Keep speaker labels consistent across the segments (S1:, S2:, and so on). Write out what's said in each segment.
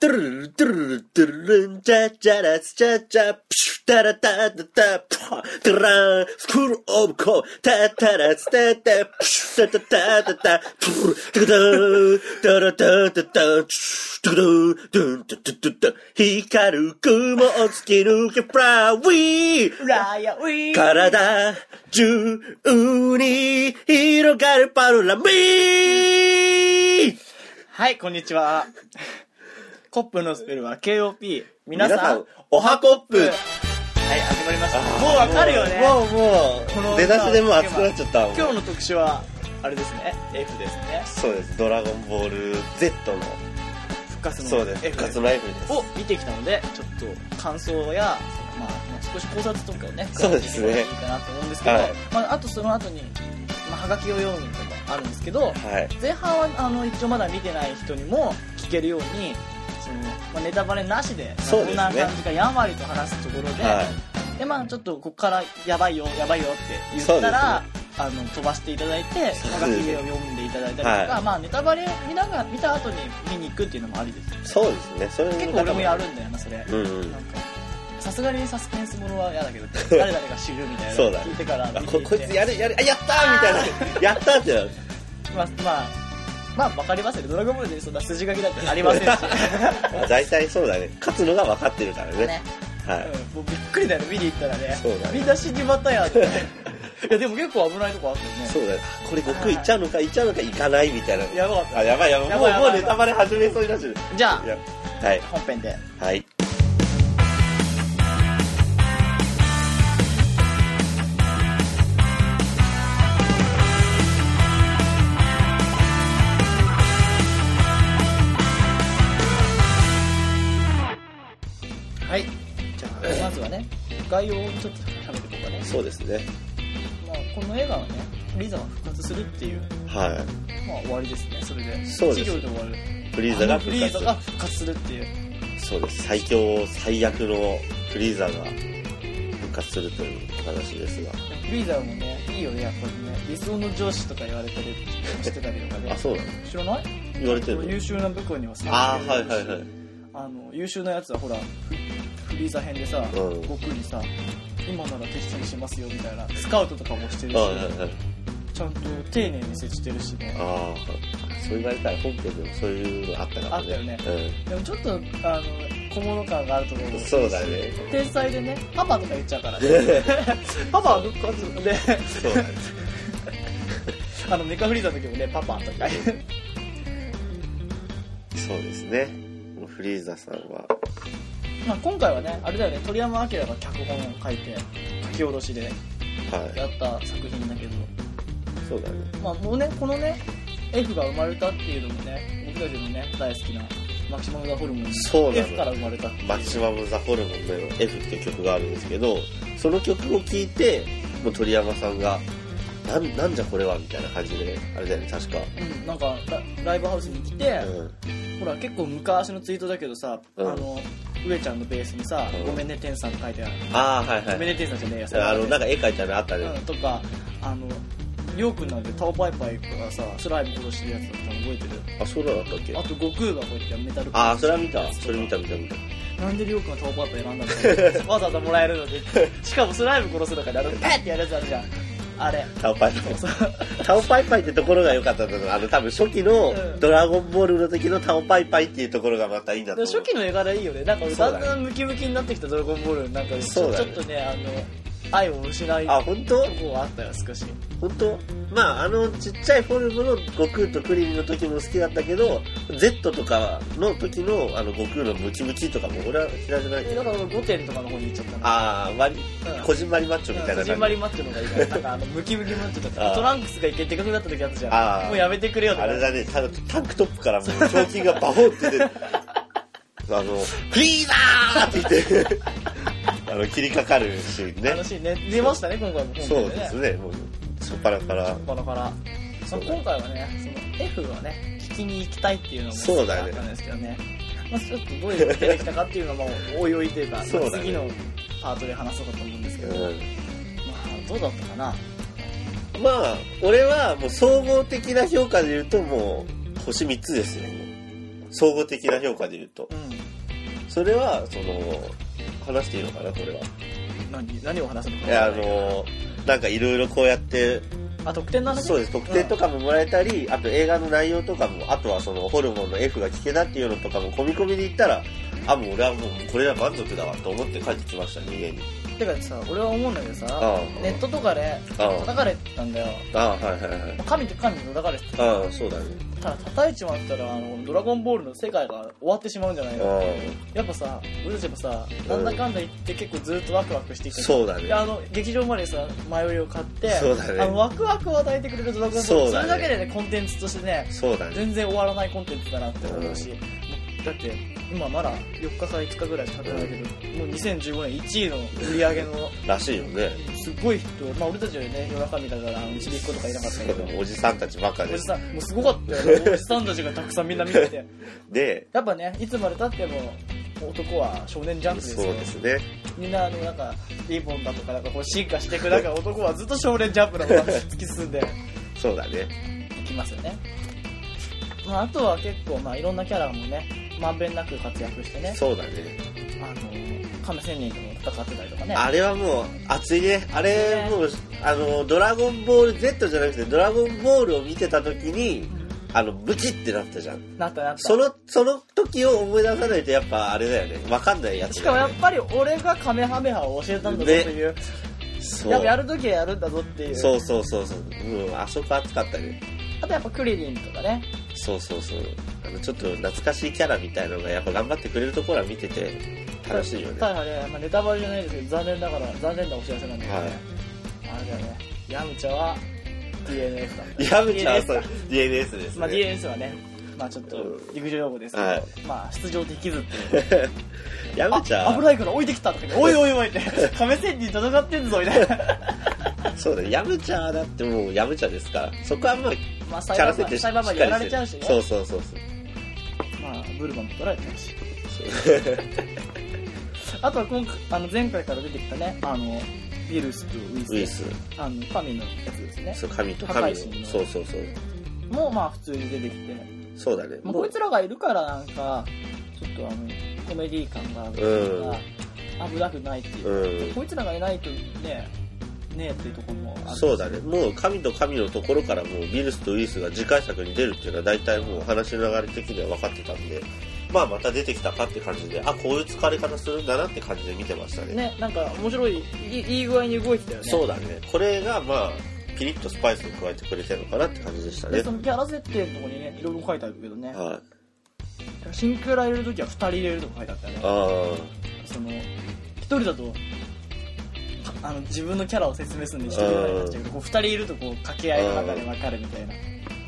S1: ドゥルルルドゥルルルドゥルルンチャチャラスチャチャプシュタラタタタプハドランスクールオブコータタラスタタプシュタタタタタプルタタタタタタタチュタタドゥンタタタタ光る雲を突き抜けフラウィー
S2: ライアウィー
S1: 体中に広がるパノラミー
S2: はい、こんにちは。コップのスペルは KOP。皆さん、
S1: おはコップ
S2: はい、始まりました。もうわかるよね。
S1: もうもう
S2: こ
S1: も
S2: の
S1: う出だしでもう熱くなっちゃった
S2: 今日の特集は、あれですね。F ですね。
S1: そうですドラゴンボール Z の
S2: 復活の F
S1: そうです復活ライブです
S2: を見てきたので、ちょっと感想や、まあ、少し考察とかをね、
S1: そうですね
S2: 加えていけばいいかなと思うんですけど、
S1: はい
S2: まあ、あとその後に、まあ、はがきを読むのもあるんですけど、
S1: はい
S2: 前半はあの一応まだ見てない人にも聞けるようにその、まあ、ネタバレなしで
S1: そうですね
S2: まあどんな感じかやんわりと話すところで,、
S1: は
S2: でまあ、ちょっとここからやばいよやばいよって言ったら、あの飛ばしていただいて
S1: そう
S2: 長
S1: ですね
S2: きを読んでいただいたりとか、
S1: はい
S2: まあ、ネタバレ見ながら見た後に見に行くっていうのもありです
S1: いそうですねそれ
S2: 結構俺もやるんだよなそれ、なんか
S1: うんうん
S2: さすがにサスペンスものは嫌だけど誰々が知るみたい
S1: そう
S2: な
S1: だ
S2: の
S1: ね
S2: 聞いてから
S1: あ
S2: 見て
S1: こ
S2: い
S1: こいつやるやるあやったーみたいなやったーってなる
S2: まあまあまあわかりますよねドラゴンボールでそんな筋書きだってあ りませんし
S1: まあ大体そうだね勝つのが分かってるからね
S2: ね
S1: はい
S2: うんもうびっくりだよね見に行ったらね
S1: そうだね
S2: 見出しにまたやって いやでも結構危ないとこあったよね
S1: そうだねあこれ悟空いっちゃうのかいっちゃうのかいかないみたいな
S2: やばかった
S1: あやばいやばい
S2: や
S1: も
S2: ば
S1: う
S2: いやば
S1: も
S2: いう
S1: ネタバレ始めそうになっちゃう
S2: じゃあ
S1: いやはい
S2: 本編で
S1: はい
S2: はいじゃあまずはね概要をちょっと食べていこうかね、
S1: そうですね
S2: まあ、この映画はねリザは復活するっていう
S1: は
S2: まあ終わりですねそれで
S1: そうです
S2: 一行で終わる
S1: いフリーザが復
S2: リー
S1: 活
S2: ザが復活するっていう
S1: そうです最強最悪のフリーザが復活するというお話ですが
S2: フリーザもねいいよねやっぱりね理想の上司とか言われたりしてたりとかね
S1: あそうなの
S2: 知らない
S1: 言われてるの
S2: 優秀な部下にはさ
S1: ああはいはいはい
S2: あの優秀なやつはほらフフリーザ編でさ、
S1: ん
S2: 悟空にさ今なら敵にしますよみたいなスカウトとかもしてるし、
S1: はいはいはい
S2: ちゃんと丁寧に接してるしね
S1: ああそう言われたら本編でもそういうのあったからね
S2: あったよねでもちょっとあの小物感があるところ
S1: う
S2: も
S1: ん、そうだね
S2: 天才でねパパとか言っちゃうからね パパはぶっ壊すで
S1: そうだね
S2: あのメカフリーザの時もねパパとか
S1: そうですねフリーザさんは
S2: まあ今回はねあれだよね鳥山明が脚本を書いて書き下ろしで
S1: はい
S2: やった作品だけど
S1: そうだね
S2: まあもうね、このね、F が生まれたっていうのもね、僕たちのね、大好きなマキシマム・ザ・ホルモン
S1: そうなの
S2: F から生まれたっていう。
S1: マキシマム・ザ・ホルモンの F っていう曲があるんですけどその曲を聴いてもう鳥山さんがなんなんじゃこれはみたいな感じであれだよね確か
S2: うん、なんかラ、ライブハウスに来て、
S1: うん
S2: ほら、結構昔のツイートだけどさ、
S1: うん
S2: あの、上ちゃんのベースにさ、
S1: うん
S2: ごめんね、天さんって書いてある。
S1: ああはいは
S2: ごめん
S1: い
S2: ね、天さんじゃねえや
S1: あのなんか絵描いたのあったね、
S2: うん、とか、あの、りょうくんなんでタオパイパイがさ、スライム殺してるやつだったの覚えてる
S1: あそうなのあったっけ
S2: あと、悟空がこうやってメタル
S1: ああそれは見たそれ見た見た見た
S2: なんでりょうくんはタオパープ選んだんだろうわざわざもらえるのにしかもスライム殺すとかであのペッてやるやつあるじゃんあれ
S1: タオパイパ
S2: そう
S1: イ タオパイパイってところが良かったんだなあの多分初期の
S2: うん
S1: ドラゴンボールの時のタオパイパイっていうところがまたいいんだと
S2: でも
S1: 思う
S2: 初期の絵柄いいよねなんか俺
S1: そう
S2: だ
S1: だ
S2: ん
S1: ね
S2: だんムキムキになってきたドラゴンボールのなんかでち
S1: そ
S2: ょ,、
S1: うだ
S2: ち
S1: ね
S2: ょっとねあの愛を失い
S1: あ
S2: と
S1: 本当
S2: こがあったよ少し
S1: 本当まああのちっちゃいフォルムの悟空とクリリンの時も好きだったけど Z とかの時のあの悟空のムチムチとかも俺は嫌じゃない
S2: でだから5点とかの方に行っちゃったの
S1: ああ割り
S2: うん
S1: こじんまりマッチョみたいな
S2: こじんまりマッチョの方がいいからなんかあのムキムキマッチョだった
S1: あー
S2: トランクスがいけでかくなった時あったじ
S1: あ
S2: ゃ
S1: ー
S2: んもうやめてくれよとか
S1: あれだねただタンクトップからもう胸筋がバホって出てあの「フリーザー!」って 言ってあの切りかかるシーンね
S2: 楽しいね出ましたね今回も本
S1: そ
S2: 編
S1: う
S2: で
S1: で
S2: ね
S1: すねもう初っ端から
S2: バラバラ、ま
S1: そ
S2: あ、
S1: うだね
S2: 今回はねその F をね聞きに行きたいっていうのも
S1: そうだね
S2: あったんですけどねまあ、ちょっとどういうのが出てきたかっていうのもおいおいというか
S1: そうだね
S2: まあ次のパートで話そうかと思うんですけ
S1: う
S2: ど、ま
S1: ん
S2: あどうだったかな
S1: まあ、俺はもう総合的な評価で言うともう、星3つですよ。総合的な評価で言うと。
S2: うん
S1: それは、その、話していいのかな、これは。
S2: 何何を話すのか
S1: いや、あの、なんかいろいろこうやって、
S2: あ特典の話
S1: そうです、特典とかももらえたり、あと映画の内容とかも、あとはそのホルモンの F が聞けたっていうのとかも、込み込みで言ったら、あ、もう俺はもうこれは満足だわと思って帰ってきましたね、家に。
S2: てかさ俺は思うんだけどさ
S1: うん
S2: ネットとかで
S1: あ
S2: 叩かれてたんだよ
S1: あ、ああはいはいはい。
S2: 神と神に叩かれてた
S1: ああ、そうだね。
S2: ただ叩いちまったらあのドラゴンボールの世界が終わってしまうんじゃないの
S1: あ
S2: やっぱさ俺たちもさなんだかんだ言って結構ずっとワクワクして
S1: あ、
S2: きて
S1: そうだ
S2: であ
S1: ね。
S2: の劇場までさ迷いを買って
S1: そうだね
S2: あのワクワクを与えてくれるドラゴンボール
S1: そう
S2: そ
S1: だね
S2: れだけでねコンテンツとしてね
S1: そうだね。
S2: 全然終わらないコンテンツだなって思うし、だって今まだ4日か5日ぐらい経ってないけど、もう2015年1位の売り上げの
S1: らしいよね。
S2: すごい人、まあ、俺たちよりね夜中見たからあのちびっ子とかいなかったけど
S1: おじさんたちばっか
S2: お
S1: で
S2: じ。さんもうすごかったよねおじさんたちがたくさんみんな見てて
S1: で、
S2: やっぱねいつまでたっても男は少年ジャンプです
S1: そう
S2: よ
S1: ですね。
S2: みんなあのなんかリボンだとかなんかこう進化していく中男はずっと少年ジャンプのまま 突き進んで
S1: そうだね。
S2: いきますよね、まあ、あとは結構まあいろんなキャラもねまんべんなく活躍してね
S1: そうだね。
S2: あの亀仙人とも戦ってたりとかね
S1: あれはもう熱いね。あれもう、あの、ドラゴンボール Z じゃなくて、ドラゴンボールを見てた時に、あの、ブチってなったじゃん。
S2: なったなった
S1: その、その時を思い出さないとやっぱあれだよね。わかんないやつ
S2: し
S1: だ
S2: かも
S1: よ
S2: やっ
S1: ね、
S2: ぱり俺がカメハメハを教えたんだぞっていう、
S1: そう
S2: やっぱやるときはやるんだぞっていう
S1: そうそうそうそう。うん、あそこ熱かったね。
S2: あとやっぱクリリンとかね
S1: そうそうそう。あの、ちょっと懐かしいキャラみたいのがやっぱ頑張ってくれるところは見てて楽しいよね。
S2: ただね、まあ、ネタバレじゃないですけど残念ながら残念なお知らせなんだけどね、
S1: はい
S2: あれだよねヤムチャは DNF なんだ
S1: ヤムチャは
S2: DNS
S1: そう
S2: だ
S1: DNS ですね。
S2: まあ DNS はねまあちょっと
S1: うん
S2: 陸上用語ですけど、
S1: はい
S2: まあ出場できずっていう
S1: ヤムチ
S2: あ危
S1: ャ、
S2: ないから置いてきたとか 言っておいおいおいって亀仙人戦ってんぞみたいな
S1: そうだ、ヤムチャだってもうヤムチャですから、そこはまあ、キ
S2: まあサイ
S1: ャ
S2: バ
S1: ラ
S2: ー
S1: 設
S2: マ
S1: 定
S2: ン
S1: し
S2: サイバーマン
S1: しっ
S2: や
S1: からりし
S2: れち
S1: て
S2: ゃ
S1: る
S2: うしね
S1: そうそうそうそう。
S2: まあブルマンも取られちゃう し
S1: そう
S2: あとは今回あの前回から出てきたねあのビルスとウィス
S1: ウイルス、
S2: あの神のやつですね
S1: そう、神と
S2: 破
S1: 神
S2: 壊神
S1: の、
S2: の
S1: そうそうそう。
S2: もうまあ普通に出てきて
S1: そうだね。
S2: まあ、こいつらがいるからなんかちょっとあのコメディ感があるというか、危なくないっていうう、
S1: ん。
S2: こいつらがいないとねねえっていうところもある
S1: そうだね。もう神と神のところからもうビルスとウィスが次回作に出るっていうのは大体もう話の流れ的には分かってたんで、まあまた出てきたかって感じで、あ、こういう疲れ方するんだなって感じで見てましたね。
S2: ねなんか面白いいいいい具合に動いてたよね
S1: そうだね。これがまあ、ピリッとスパイスを加えてくれてるのかなって感じでしたね
S2: で。そのキャラ設定のとこにねいろいろ書いてあるけどね
S1: はい。
S2: 新キャラ入れるときは2人入れるとか書いてあったよね
S1: あ
S2: その1人だとかあの自分のキャラを説明するのに1人ぐらいになっちゃうけどこう2人いるとこう掛け合いの中で分かるみたいな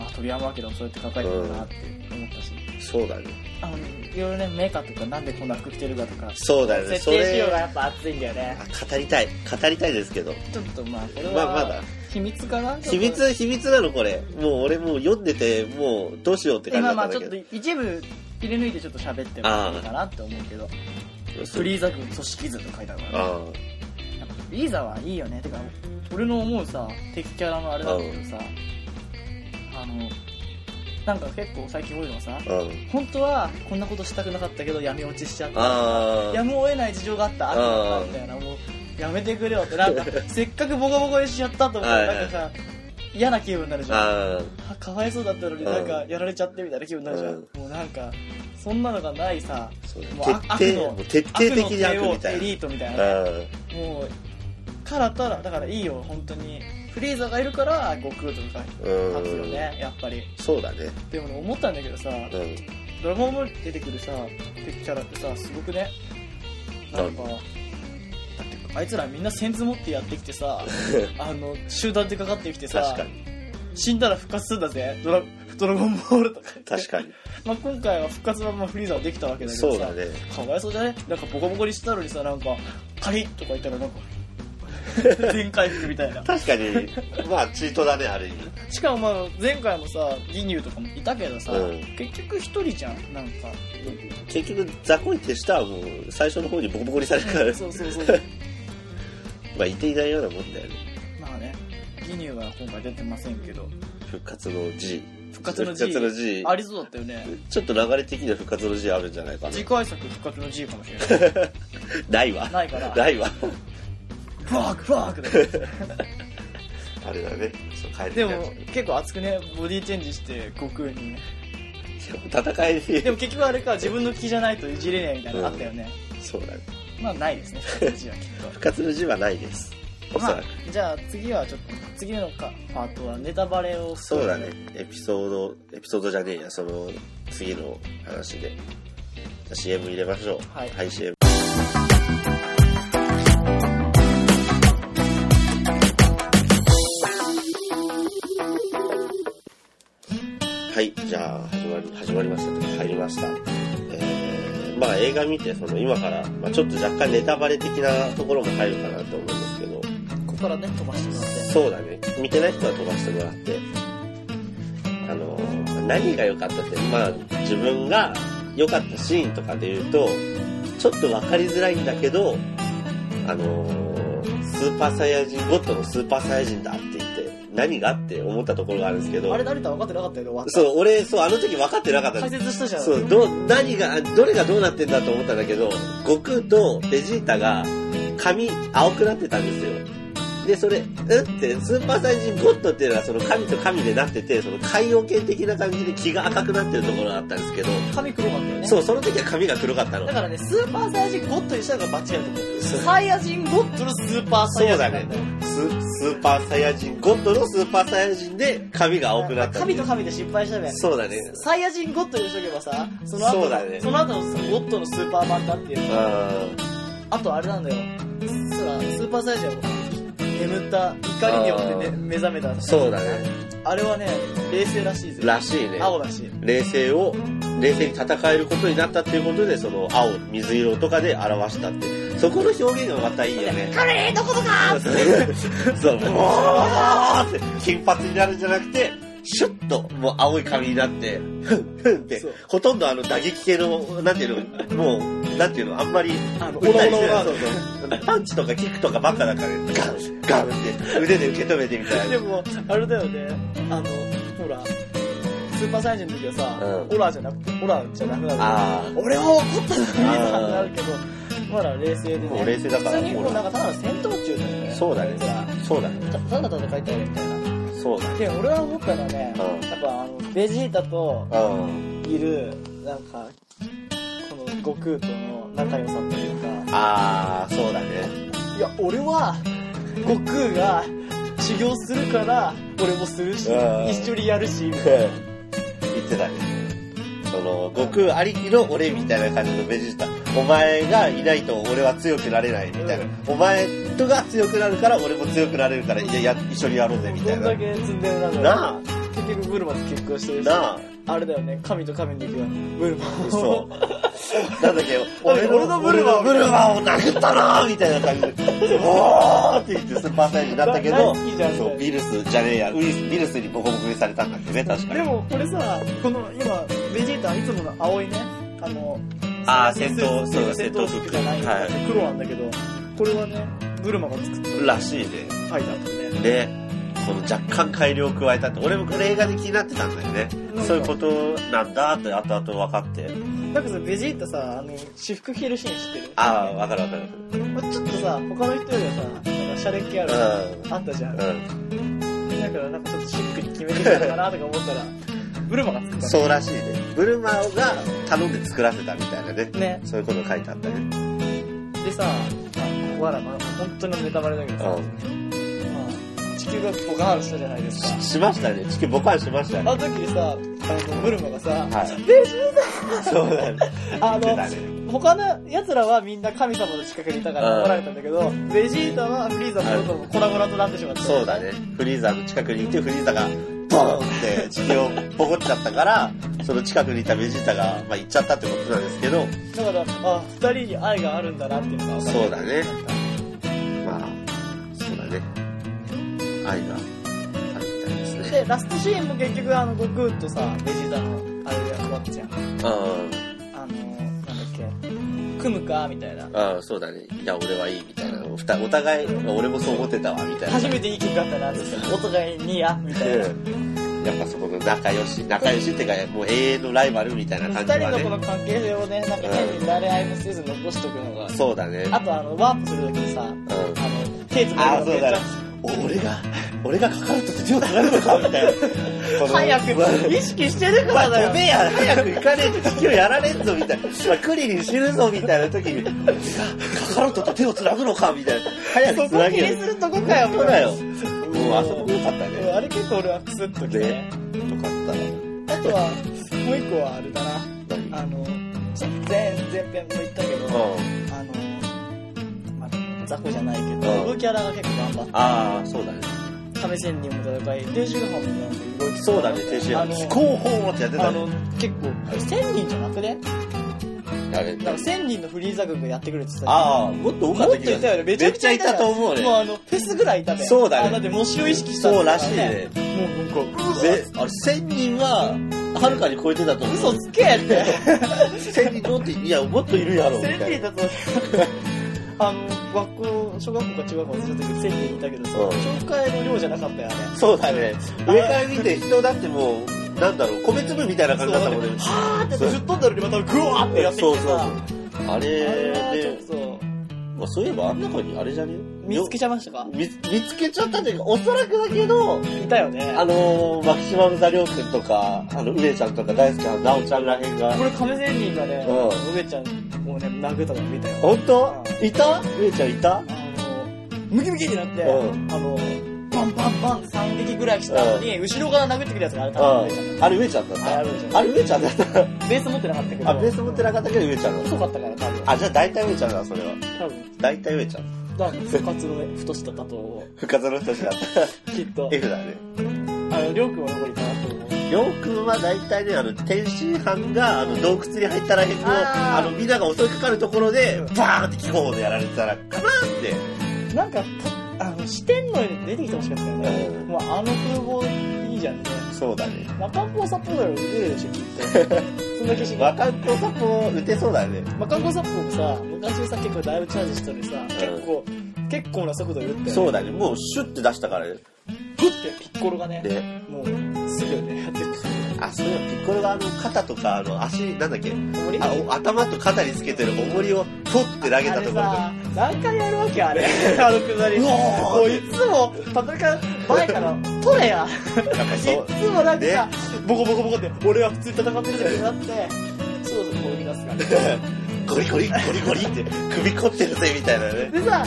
S2: あ鳥山明もそうやって書かれてるなって思ったし
S1: あ、そうだね。
S2: あのいろいろねメーカーとかなんでこんな服着てるかとか
S1: そうだよね。
S2: 設
S1: そ
S2: 定仕
S1: れ
S2: 様がやっぱ熱いんだよね
S1: あ語りたい。語りたいですけど。
S2: ちょっとまあこれは、
S1: まあまだ。
S2: 秘密かな
S1: 秘密、秘密なのこれ。もう俺もう読んでて、もうどうしようって感じだ
S2: 今
S1: っ
S2: ま
S1: たん
S2: あち
S1: だ
S2: ょ
S1: け
S2: っ
S1: ど
S2: と。一部切り抜いてちょっと喋ってもいいかなって思うけどフリーザ軍組織図と書いてあるからね
S1: あ
S2: やっぱフリーザはいいよねてか俺の思うさ敵キャラのあれなんだけどさあのなんか結構最近多いのがさ
S1: あ、うん。
S2: 本当はこんなことしたくなかったけど闇落ちしちゃった
S1: あ
S2: やむを得ない事情があった、あったんだよな、もう、やめてくれよって、な んか、せっかくボコボコにしちゃった
S1: は
S2: と思って、
S1: いはい
S2: なんかさ、嫌な気分になる
S1: あ、
S2: じゃん。あ
S1: あ
S2: かわいそうだったのに、なんか
S1: う、ん
S2: やられちゃってみたいな気分になるじゃ
S1: う
S2: ん。
S1: ん
S2: もうなんか、そんなのがないさ、
S1: あ、そう
S2: もうあ
S1: 徹
S2: 悪の
S1: 底、もう徹底
S2: 悪
S1: 的に
S2: の帝
S1: 悪
S2: 王
S1: みた
S2: エ
S1: い
S2: リートみたいな。
S1: な。うん。
S2: もう、からたら、だからいいよ、本当に。フリーザがいるから、悟空とか
S1: うん
S2: 勝つよね、やっぱり。
S1: そうだね。
S2: でもね、思ったんだけどさ、
S1: うん。
S2: ドラゴンボールに出てくるさ敵キャラってさすごくねなんかだってあいつらみんな先頭持ってやってき てさあの集団でかかってきてさ
S1: 確かに。
S2: 死んだら復活するんだぜドラドラゴンボールとか言って
S1: 確かに。
S2: まあ、今回は復活はまあフリーザはできたわけだけど
S1: そう
S2: さ
S1: だね。
S2: かわいそうじゃねなんかボコボコにしてたのにさなんかカリッとか言ったらなんか 全回復みたいな
S1: 確か に、まあ、チートだね、ある意味。
S2: しかもまあ前回もさギニューとかもいたけどさ、
S1: うん
S2: 結局一人じゃんなんか
S1: 結局、雑魚に徹したはもう、最初の方にボコボコにされるから、
S2: そうそうそう
S1: まあ、いていないようなもんだよね。
S2: まあね、ギギニューは今回出てませんけど
S1: 復活の G
S2: 復活の G,
S1: 復活の G
S2: ありそうだったよね
S1: ちょっと流れ的には復活の G あるんじゃないかな
S2: 次回作復活の G かもし れない
S1: ないわ
S2: ないから
S1: ない わ
S2: バークバークだよ
S1: あれだねちょっと帰って
S2: で
S1: きた
S2: も結構熱くねボディチェンジして悟空に
S1: 戦いに
S2: でも結局あれか自分の気じゃないといじれねえみたいなのあったよね、
S1: そうだね
S2: まあないですね復活の G はきっと
S1: 復活の G はないですおそ
S2: ま
S1: ら
S2: あ
S1: く、
S2: じゃあ次はちょっと次のかパートはネタバレを
S1: そうだねエピソードエピソードじゃねえやその次の話でじゃあ CM 入れましょう
S2: はい
S1: はい CM はいじゃあ始まり始まりましたね入りましたえーまあ映画見てその今から、まあ、ちょっと若干ネタバレ的なところも入るかなと思うんですけど
S2: ここからね飛ばしてもらって
S1: そうだね見てない人は飛ばしてもらってあの何が良かったってまあ自分が良かったシーンとかで言うとちょっと分かりづらいんだけどあのスーパーサイヤ人ゴッドのスーパーサイヤ人だって言って何がって思ったところがあるんですけど
S2: あれ誰だ分かってなかったよね終わった
S1: そう俺そうあの時分かってなかったんで
S2: 解
S1: す
S2: 説したじゃん
S1: そう、どう、何が、どれがどうなってんだと思ったんだけど、悟空とベジータが髪青くなってたんですよ。で、それ、うんって、スーパーサイジンゴッドっていうのはその神と神でなってて、その海洋圏的な感じで気が赤くなってるところがあったんですけど、
S2: 髪黒かったよね
S1: そう、その時は髪が黒かったの
S2: だ。からねスーパーサイヤ人ゴッドにしたのが間違いだと思う
S1: そう
S2: サイヤ人ゴッドのスーパー
S1: そ
S2: サイヤ
S1: う
S2: 人
S1: だね。ススーパーサイヤ人、ゴッドのスーパーサイヤ人で髪が青くなったって
S2: 神
S1: いう
S2: と神で失敗したね
S1: そうだね。
S2: サイヤ人ゴッドにしとけばさその後
S1: そうだね
S2: その後のゴッドのスーパー版だっていう
S1: あ
S2: あとあれなんだよそらスーパーサイヤ人は眠った怒りによって、ね、
S1: あー
S2: 目覚めた
S1: ーそうだね。
S2: あれはね冷静らしいぜ
S1: らしいね。
S2: 青らしい
S1: 冷静を冷静に戦えることになったっていうことでその青水色とかで表したってそこの表現がまたいいよ ね
S2: カレーどこどか
S1: そうもうって金髪になるんじゃなくてシュッともう青い髪になってふんふんって
S2: そう
S1: ほとんどあの打撃系のなんていうのもうなんていうのあんまり
S2: あの
S1: 打ったりして
S2: オラオラオラ
S1: そうそうパンチとかキックとかばっかだからガンガンって腕で受け止めてみたいな
S2: でもあれだよねあのほらスーパーサイヤ人の時はさ、
S1: うん
S2: オラじゃなくてオラじゃなくなる
S1: あー
S2: 俺は怒ったのにさってなるけどまだ冷静で
S1: もう
S2: ね
S1: 冷静だから
S2: 普通にもうなんかただの戦闘中だよね
S1: そうだね
S2: こいつら
S1: そうだね
S2: たただただ書いてあるみたいな
S1: そうだね
S2: で俺は思ったのはね
S1: うん
S2: やっぱあのベジータと
S1: うん
S2: いるなんかこの悟空との仲良さというか
S1: ああそうだね
S2: いや俺は悟空が修行するから俺もするし
S1: うん
S2: 一緒にやるしみたいな
S1: 言ってたね。その、悟空ありきの俺みたいな感じのベジータ。お前がいないと俺は強くなれないみたいな
S2: うん。
S1: お前とが強くなるから俺も強くなれるから、いや、や一緒にやろうぜみたい
S2: どん
S1: な
S2: だ。け積んでるなんだ
S1: なあ
S2: 結局ブルマと結婚してるし
S1: なあ
S2: あれだよね神と神の時はブルマを
S1: そう。なんだっけ、
S2: 俺のブルマを
S1: ブルマを殴ったなみたいな感じで、おーって言ってスーパーサイズになったけ
S2: 大
S1: ど
S2: 好きじゃん、
S1: そう、ビルスじゃねえや、ウイルス、ビルスにボコボコにされたんだっけね、確か
S2: で
S1: に。
S2: もこれさこの今ベジータはいつもの青いねあの
S1: あー戦闘
S2: スーツ
S1: そう
S2: 戦闘服じゃない、
S1: はい
S2: 黒なんだけどこれはねブルマが作った
S1: らしいね。
S2: ファイターだよね
S1: ね、この若干改良を加えたって、俺もこれ映画で気になってたんだよね
S2: ん。か
S1: そういうことなんだって後々分かって。
S2: なんかさベジータさあの私服着るシーン知ってる
S1: ああ、分かる分かる。
S2: まあちょっとさ他の人よりはさなんかシャレっ気あるあったじゃんだ
S1: うん。
S2: からなんかちょっとシックに決めてきたのかなとか思ったらブルマが作っ
S1: うん。
S2: た
S1: そうらしいね。ブルマが頼んで作らせたみたいなね。
S2: ね
S1: そういうこと書いてあったね。
S2: でさ、あここはな、まあ、本当のネタバレだけどさ、まあ地球がボカーンしたじゃないですか。
S1: しましたね。地球ボカンしました
S2: あの
S1: ね。
S2: 時にさ、あの、ブルマがさ、
S1: はい
S2: ベジー
S1: そうだね。
S2: あの
S1: 言ってたね
S2: タ他の奴らはみんな神様の近くにいたから
S1: うん
S2: 怒られたんだけど、ベジータはフリーザのことも粉々となってしまった。
S1: そうだね。フリーザーの近くにいて、フリーザーが、ボーンって地球をボコっちゃったから、その近くにいたベジータが、まあ行っちゃったってことなんですけど、
S2: だから、あ、二人に愛があるんだなっていうのが分かる。
S1: そうだねまあ、そうだね。愛があるみたいですね。
S2: で、ラストシーンも結局、あの、悟空とさ、ベジータの、あれが終わっちゃう。
S1: うん。
S2: あの、なんだっけ、組むかみたいな
S1: ああそうだねいや俺はいいみたいなお二お互い俺もそう思ってたわみたいな
S2: 初めていい曲あったなっつってお互いにあみたいな
S1: うんやっぱそこの仲良し仲良しっていうかもう永遠のライバルみたいな感じ
S2: 二人
S1: は
S2: のこの
S1: ね
S2: 関係性をねなんか変に誰愛もせず残しとくのが
S1: そうだね
S2: あとあのワープするときにさあの手つな
S1: あ
S2: ぐ
S1: あそう
S2: のめっち
S1: だ
S2: ゃ
S1: ね俺が俺がかかると手をかかるのかみたいな この
S2: 早く意識してるからだよ
S1: 飛べや早く行かねえと敵をやられんぞみたいな、まあ、クリリン死ぬぞみたいな時に俺がカカロットと手をつなぐのかみたいな早く
S2: そ
S1: つ
S2: こ
S1: な
S2: 気
S1: げ
S2: にす
S1: よ
S2: るとこかよ
S1: そうだよ
S2: も
S1: もうあそこ良かった
S2: うん
S1: ね
S2: あれ結構俺はクスッときて、
S1: ねよかったな
S2: あとはもう一個はあれだな
S1: 何
S2: あのちょ前前編も言ったけど、
S1: う
S2: あのまあ雑魚じゃないけ
S1: う
S2: ど
S1: ん
S2: 動きキャラが結構頑張っ
S1: ああそうだね
S2: て亀仙人も戦い低周波もなんか動き
S1: そうだね停止
S2: あの
S1: 後方ってやって
S2: あ
S1: た
S2: の
S1: ね
S2: 結構あれ千人じゃなくね
S1: あれ
S2: なんか千人のフリーザ軍がやってくれてた
S1: ああもっと多
S2: も
S1: か
S2: っ
S1: った
S2: と
S1: 気
S2: 言
S1: が
S2: っ
S1: す
S2: たよね
S1: る
S2: めちゃくちゃい
S1: い
S2: た
S1: たと思う
S2: もう
S1: ね
S2: あのフェスぐらいいたね
S1: そうだね
S2: あだって模試を意識したんだ
S1: そう
S2: から
S1: しいね
S2: もうなんかうわ
S1: であれ1000人ははるかに超えてたと思う
S2: 嘘つけって
S1: 1000人もっていやもっといるやろみ
S2: 先
S1: た
S2: 生
S1: いな
S2: だとあの学校小学校か中学校の時先生いたけどさ
S1: うん
S2: 教会の量じゃなかったよね
S1: そうだね上から見て人だってもうなんだろう米粒みたいな感
S2: そう
S1: じだっ
S2: だ
S1: た
S2: ね
S1: もんね
S2: はーってずっとんだのにまたグワーってやってき
S1: そう
S2: て
S1: そう
S2: さ
S1: そうあれ
S2: あれは
S1: で、
S2: ちょっと
S1: まあ、そういえばあん中にあれじゃね
S2: 見つけちゃいましたか
S1: 見つ見つけちゃったというかおそらくだけど
S2: いたよね
S1: あのー、マキシマム・ザ・リョウ君とかあの梅ちゃんとか大好きな奈緒ちゃんらへんが
S2: これ亀仙人がね
S1: う
S2: 梅ちゃんをね殴ったの見たよ
S1: 本当いた梅ちゃんいた
S2: あのムキムキになって、
S1: うん
S2: あのバンバンバンって3撃ぐらいしたのに、後ろから殴ってくるやつがあれ多分上ちゃん
S1: うんあれ梅ちゃんだっ
S2: あれ梅ちゃん
S1: たあれ梅ちゃんだった
S2: だベース持ってなかったけど
S1: あベース持ってなかったけど梅ちゃんだった
S2: 細かったから多分
S1: あじゃあ大体梅ちゃんだそれは
S2: 多分
S1: 大体梅ちゃん
S2: だから復活のね太しただと思
S1: 深澤の人しか
S2: うきっと
S1: F だね
S2: あのりょうくんは残りかなと思う
S1: りょうくんは大体ね、あの、天津飯が、あの、洞窟に入ったらへんの、
S2: あー
S1: あの、みんなが襲いかかるところで、バーンって気候でやられてたら、かなーって。
S2: なんかたあの四天王に出てきてほしかったよね、
S1: うん
S2: もうあの風貌いいじゃんね
S1: そうだね。
S2: 若んぽ札幌だろ出てるでしょきっ とそんだけし
S1: 若んこさも打てそうだね。
S2: 若んぽ札幌もさ昔さ結構だいぶチャージしたのにさ、結構結構な速度で打ったよね
S1: そうだね。もう、シュッて出したからね。
S2: グッてピッコロがね
S1: で、
S2: もうすぐねやってく
S1: あ、そういえばピッコロがあの、肩とか、あの、足、なんだっけ、
S2: る
S1: あお頭と肩につけてる重りを、取って投げたところで。
S2: あれさ何回やるわけあれあのくだ り
S1: う
S2: も
S1: わー
S2: ういつも戦う前から取れや
S1: やっぱ
S2: い
S1: そう。
S2: つもなんかさ
S1: ね
S2: ボコボコボコって俺は普通に戦ってるじゃんってなってそろそろ放り出すから
S1: ゴリゴリ、ゴリゴリって、首凝ってるぜ、みたいなね。
S2: でさ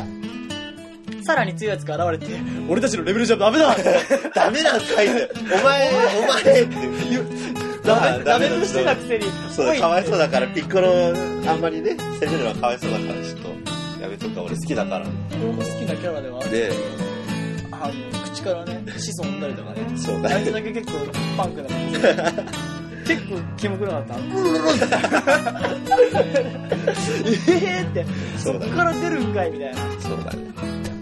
S2: さらに強いやつが現れて俺たちのレベルじゃダメだ
S1: ダメなんかいって、お前、お前って言う。
S2: ダメダメとしてた
S1: だ
S2: くせに
S1: そう
S2: お
S1: だ、
S2: い
S1: かわいそうだから、ピッコロ、あんまりね、攻めるのはかわいそうだから、ちょっと、やめとくか、俺好きだから。
S2: 俺も好きなキャラではある
S1: で、
S2: あの口からね子孫産んだりとかね
S1: そう
S2: あ
S1: だ
S2: いつ
S1: ね。
S2: だけ結構パンクな感じ で結構キモくなかったえーってそ
S1: そう
S2: こ
S1: だね
S2: から出るんかいみたいな
S1: そうだね。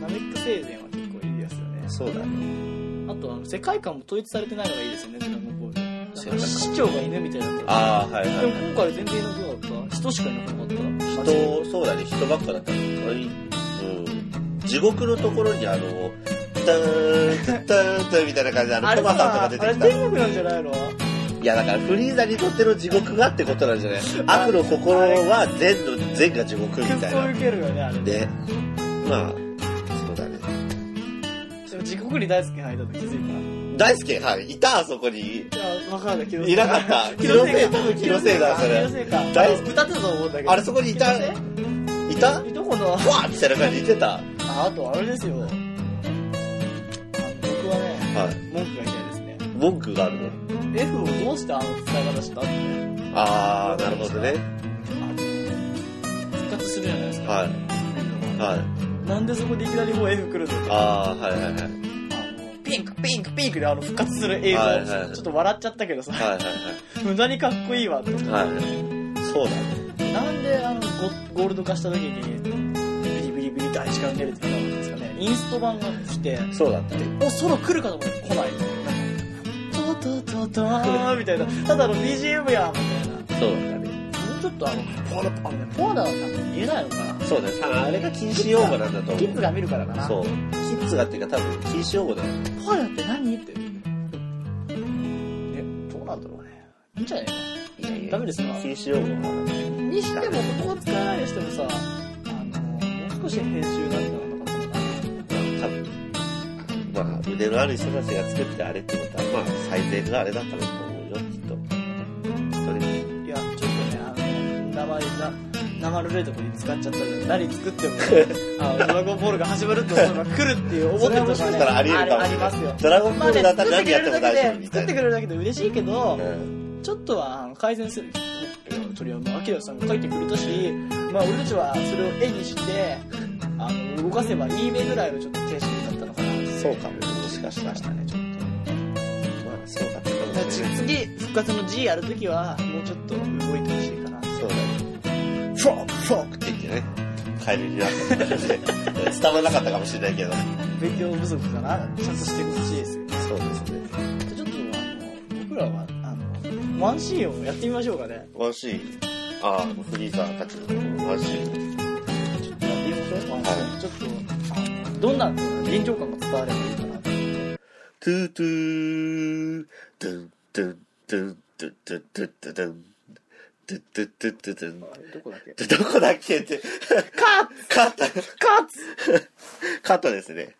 S2: ナメック星人は結構いいですよね
S1: そうだね。
S2: あとあの世界観も統一されてないのがいいですよねドラゴンボ
S1: 世界
S2: ール
S1: 観
S2: 市長が犬みたいだった
S1: ああ、はいは
S2: でも今回全然いなくなかった人しかいなくなかった
S1: 人、そうだね、人ばっかだった。うん。地獄のところに、あの、ターン、ターン、ターンみたいな感じで、あ
S2: あ
S1: の、
S2: れ
S1: トマさん
S2: さあ
S1: と
S2: れ
S1: か出てき
S2: 天
S1: た。
S2: 国なんじゃないの
S1: いや、だから、フリーザにとっての地獄がってことなんじゃない悪の心は善の、善が地獄み
S2: 結
S1: たいな
S2: 構。受けるよねあれ
S1: で、まあ、そうだね。
S2: でも地獄に大好き入ったと気づいた
S1: 大輔、はい、いた、あそこに。
S2: いや、わかんない、気のせ
S1: いなかった
S2: 気のせ
S1: 気のせ
S2: いか
S1: い多分気のせいだそれ
S2: 気のせいか。
S1: 大好き
S2: 豚だと思うんだけど。
S1: あれそこにいた
S2: 気のせ
S1: いたわ
S2: いどこの、
S1: ーみたいな感じでいてた。は
S2: あ、あとあれですよ。あの僕はね、文句が嫌いですね。
S1: い。文句があるの。
S2: F をどうしてあの使い方したって。
S1: あー、なるほどね。
S2: 復活するじゃないですか。
S1: はい。はい。
S2: なんでそこでいきなりもう F 来るんだって。あ
S1: あー、はいはいはい。はい
S2: のピンク、ピンク、ピンクであの復活する映像、
S1: はいはいはい
S2: ちょっと笑っちゃったけどさ、
S1: はい
S2: 無駄にかっこいいわって。
S1: はい。はい。そうだね。
S2: なんであのゴゴールド化した時にビリビリビリってあれ時間出るって言ったんですかねインスト版が来て
S1: そうだったね。
S2: おソロ来るかと思って来ないトトトトーみたいなただの BGM やみたいな
S1: そうだったね。
S2: もうちょっとあの、ポーダ、あのね、ポーダは多分言えないのかな。
S1: そうね、さあれが禁止用語なんだと思う。
S2: キッズが見るからかな。
S1: そう。キッズがっていうか多分禁止用語だよ。
S2: ポーダって何って。え、どうなんだろうね。いいんじゃないかな。ダメですか
S1: 禁止用語は。
S2: にしても、ここを使わないにしてもさ、あの、もう少し編集なんじゃなかったか
S1: 多分、まあ、腕のある人たちが作ってあれってことは、まあ、最善があれだったなと思うよ、きっと。それに、
S2: な。いや、ちょっとね、あの、名前な、生ぬるいとこに使っちゃったら、何作っ ても、あドラゴンボールが始まるってことが来るっていう思
S1: そ
S2: って
S1: れは
S2: ると
S1: も
S2: こ
S1: し
S2: が
S1: か
S2: ね
S1: したらあり得るかも
S2: あ
S1: し
S2: り
S1: れ
S2: ま
S1: な
S2: すよ
S1: い。。ドラゴンボ
S2: まあ
S1: ール
S2: ね、
S1: だった
S2: 作
S1: ら
S2: ってく
S1: 何やって
S2: れる
S1: も
S2: だ
S1: 大丈
S2: け
S1: 夫
S2: で、
S1: みた
S2: 作
S1: い
S2: って
S1: な
S2: く。れるだけで嬉しいけど、
S1: うん
S2: ちょっとはあの改善する。鳥山明さんが書いてくれたし、まあ俺たちはそれを絵にして、あの、動かせばいい目ぐらいのちょっと精神だったのかな。
S1: そうかも、もしかしたら。
S2: ましたね、ちょっと。
S1: まあ、そうかったかもしれない。
S2: 次復活の G やるときはもうちょっと動いてほしいかな
S1: そうだね。フォークフォークって言ってね、カエルになったかもしれない伝わらなかったかもしれないけど。
S2: 勉強不足かなちゃんとしてほしいですよ
S1: そうですね。
S2: ちょっとあの僕らはあのワンシーンをやってみましょうかね
S1: ワンシーン、ああ、フリーザーたちのこのワンシーン。
S2: ちょっとやってみましょうか、ちょっとあのどんな臨場感が伝わればいいかな
S1: トゥトゥー、ドゥンドゥンドゥンドゥンドゥンドゥンドゥンドゥンドゥンドゥンドゥンドゥンドゥン
S2: あれどこだっけ
S1: ドゥンどこだっけって、
S2: カッツ
S1: カット、
S2: カッツ
S1: カットですね。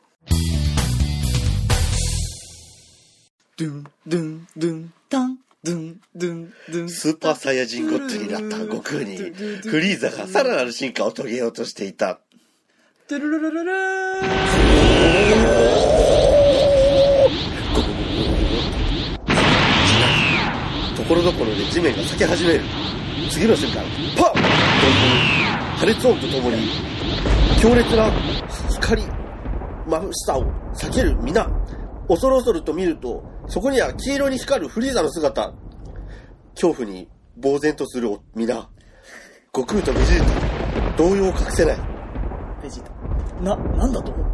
S2: ドゥンドゥンドゥンタンドゥンドゥンドゥン
S1: スーパーサイヤ人ゴッドになった悟空に、フリーザがさらなる進化を遂げようとしていた。
S2: ドゥルルルルルー
S1: ところどころで地面が裂け始める。次の瞬間、パンという破裂音とともに、強烈な光、まぶしさを避ける皆、恐る恐ると見ると、そこには黄色に光るフリーザの姿。恐怖に呆然とする皆、悟空とベジータ、動揺を隠せない。
S2: ベジータ。な、なんだと思う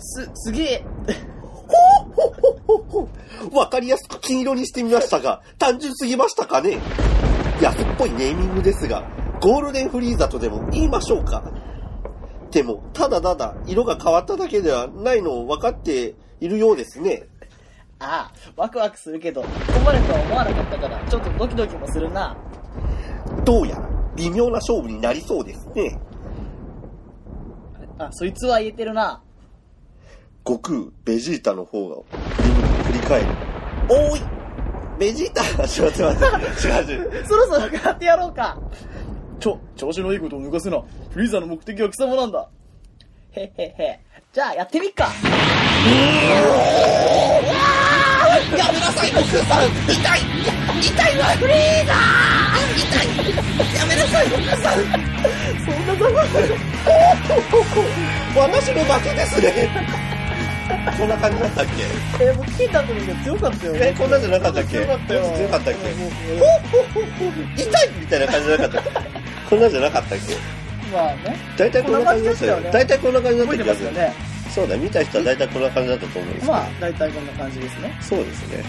S2: す、すげえ。
S1: ほっほっほっ ほわかりやすく金色にしてみましたが、単純すぎましたかね安っぽいネーミングですが、ゴールデンフリーザとでも言いましょうか。でも、ただただ色が変わっただけではないのを分かっているようですね。
S2: ああ、ワクワクするけど、ここまでとは思わなかったから、ちょっとドキドキもするな。
S1: どうやら微妙な勝負になりそうですね。
S2: あ、そいつは言えてるな。
S1: 悟空、ベジータの方が振り振り返る。おいベジータちょっと待って、違う違う。
S2: そろそろ変わってやろうか。ちょ、調子のいいことを抜かすな。フリーザの目的は貴様なんだ。へっへっへ。じゃあやってみっか。
S1: やめなさい、悟空さん痛い痛いわフリーザー痛いやめなさい、悟空さん
S2: そんなざま
S1: 私の負けですねこんな感じだったっ
S2: え、もう金だった時が強かったよ
S1: けえ、
S2: ね。
S1: こんなんじゃなかったっけ
S2: 強かったよ。
S1: 強かったっ
S2: もう
S1: け
S2: もう
S1: 痛いみたいな感じじゃなかったっけこんなんじゃなかったっけ
S2: まあね。
S1: 大体こんな感じだったよ
S2: こんな感じでしたよね
S1: ね。大体こんな感じだっ
S2: 覚
S1: た
S2: え
S1: 気
S2: て
S1: が
S2: ますすよ
S1: る。
S2: ね。
S1: そうだ、見た人は大体こんな感じだったと思うんですけど
S2: まあ、大体こんな感じですね。
S1: そうですね。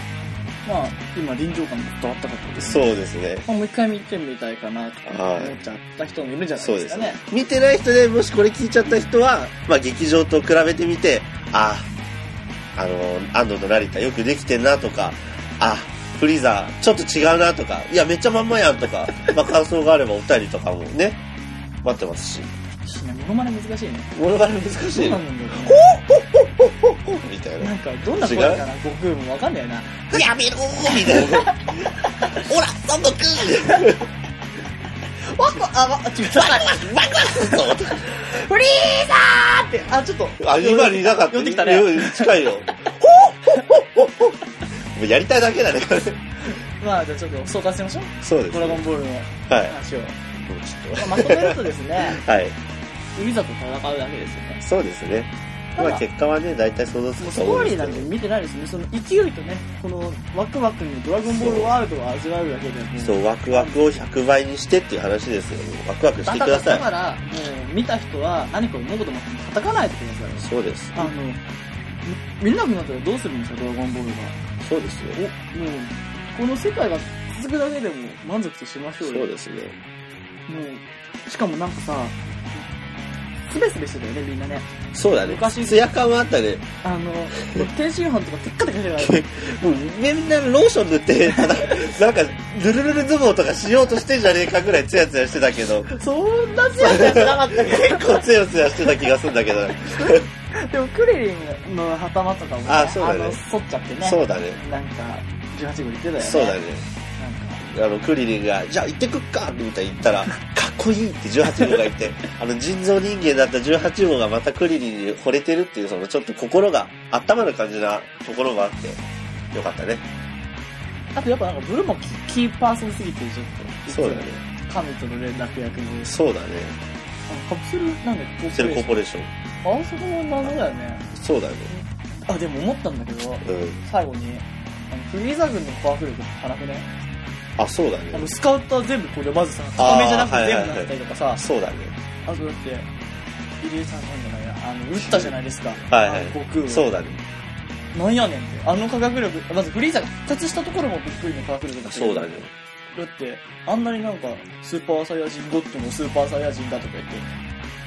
S2: まあ、今、臨場感も伝わったかとです。
S1: そうですね。
S2: まあもう一回見てみたいかなって思っちゃった人もいるんじゃない
S1: そう
S2: で
S1: ですす
S2: か
S1: ね
S2: ね。。
S1: 見てない人でもしこれ聞いちゃった人は、まあ劇場と比べてみて、あ、あの、安藤と成田よくできてんなとか、あ、フリーザーちょっと違うなとか、いやめっちゃまんまやんと か、まあ感想があればお便りとかもね、待ってますし。
S2: モノマネ難しいね。
S1: 物語難しい
S2: そうな
S1: の
S2: んだよ
S1: みたい
S2: ね。
S1: な
S2: な。んか、どんな声かな、悟空もわかんないな。
S1: やめろーみたいな。ほら、サンドくん
S2: わっあ、わ、違う。
S1: バカッと
S2: フリーザーって、あ、ちょっと。
S1: あ、今にいなかった。
S2: 呼んできたね。
S1: うん近いよ。ほっほっほっほっほもうやりたいだけだね、これ。
S2: まあ、じゃあちょっと総括しましょう。
S1: そうです
S2: ド
S1: ね、
S2: ラゴンボールの
S1: はい。
S2: 話
S1: ちょ
S2: を。まあ
S1: っ
S2: まとめるとですね、
S1: と。はい。
S2: フリーザと戦うだけですよ
S1: そ
S2: ね。
S1: うですね。
S2: ただ
S1: まあ結果はね、大体想像する
S2: もうス
S1: と
S2: ト
S1: 思う
S2: ー
S1: ん
S2: リ
S1: で
S2: ー
S1: す
S2: な
S1: け
S2: ん
S1: ど
S2: て。見てないですね。その勢いとね、このワクワクにドラゴンボールワールドを味わうだけでもう
S1: そう、ワクワクを100倍にしてっていう話ですよ。ワクワクし
S2: だ
S1: て
S2: か
S1: く
S2: ら
S1: ださ
S2: だ
S1: い。
S2: からもう見た人は何か物事も叩かないでください
S1: そうです。
S2: あのみ見れなくなったらどうするんですかドラゴンボールが
S1: そうですよ。
S2: おもうこの世界が続くだけでも満足としましょうよ。
S1: そうですね。
S2: もう、しかもなんかさ、スベスベしてたよね、みんなね。
S1: そうだね。
S2: 昔
S1: ツヤ感はあったね。
S2: あの、天津飯とかテッカテカして たから、
S1: もうみんなローション塗って、 ただ、なんか、ルルルル相撲とかしようとしてんじゃねえかぐらいツヤツヤしてたけど、
S2: そんな強くやってなかったけ
S1: 結構ツヤツヤしてた気がするんだけど、
S2: ど。 でも、クリリンの頭とかもね、
S1: あそうだね
S2: の、反っちゃってね。
S1: そうだね。
S2: なんか、18号言ってたよね。
S1: そうだね。
S2: なんか、
S1: あの、クリリンが、じゃあ行ってくっかみたいに言ったら、かっこいいって18号が言って、あの、人造人間だった18号がまたクリリンに惚れてるっていう、その、ちょっと心が温まる感じなところもあって、よかったね。
S2: あとやっぱなんかブルもキキーパーソンすぎてちょっと
S1: そうだね。
S2: 神との連絡役に
S1: そうだね。
S2: あカプセルなんだっけ
S1: セルコーポレーション。
S2: あそこも謎だよね
S1: そうだね。
S2: あでも思ったんだけど
S1: うん。
S2: 最後にあのフリーザ軍のパワフル力高くね
S1: あ、そうだ
S2: あの
S1: ね。
S2: スカウター全部これまずさ高めじゃなくて
S1: あーはいは
S2: 全
S1: い
S2: 部
S1: はい
S2: なったりとかさ
S1: そうだね。
S2: あとだって入江さんなんじゃないやあの撃ったじゃないですか
S1: はいはい
S2: あの悟空を
S1: そうだね。
S2: なんやねんってあの科学力まずフリーザが復活したところもびっくりの科学力だったけど
S1: そうだね。
S2: だってあんなになんかスーパーサイヤ人ゴッドもスーパーサイヤ人だとか言って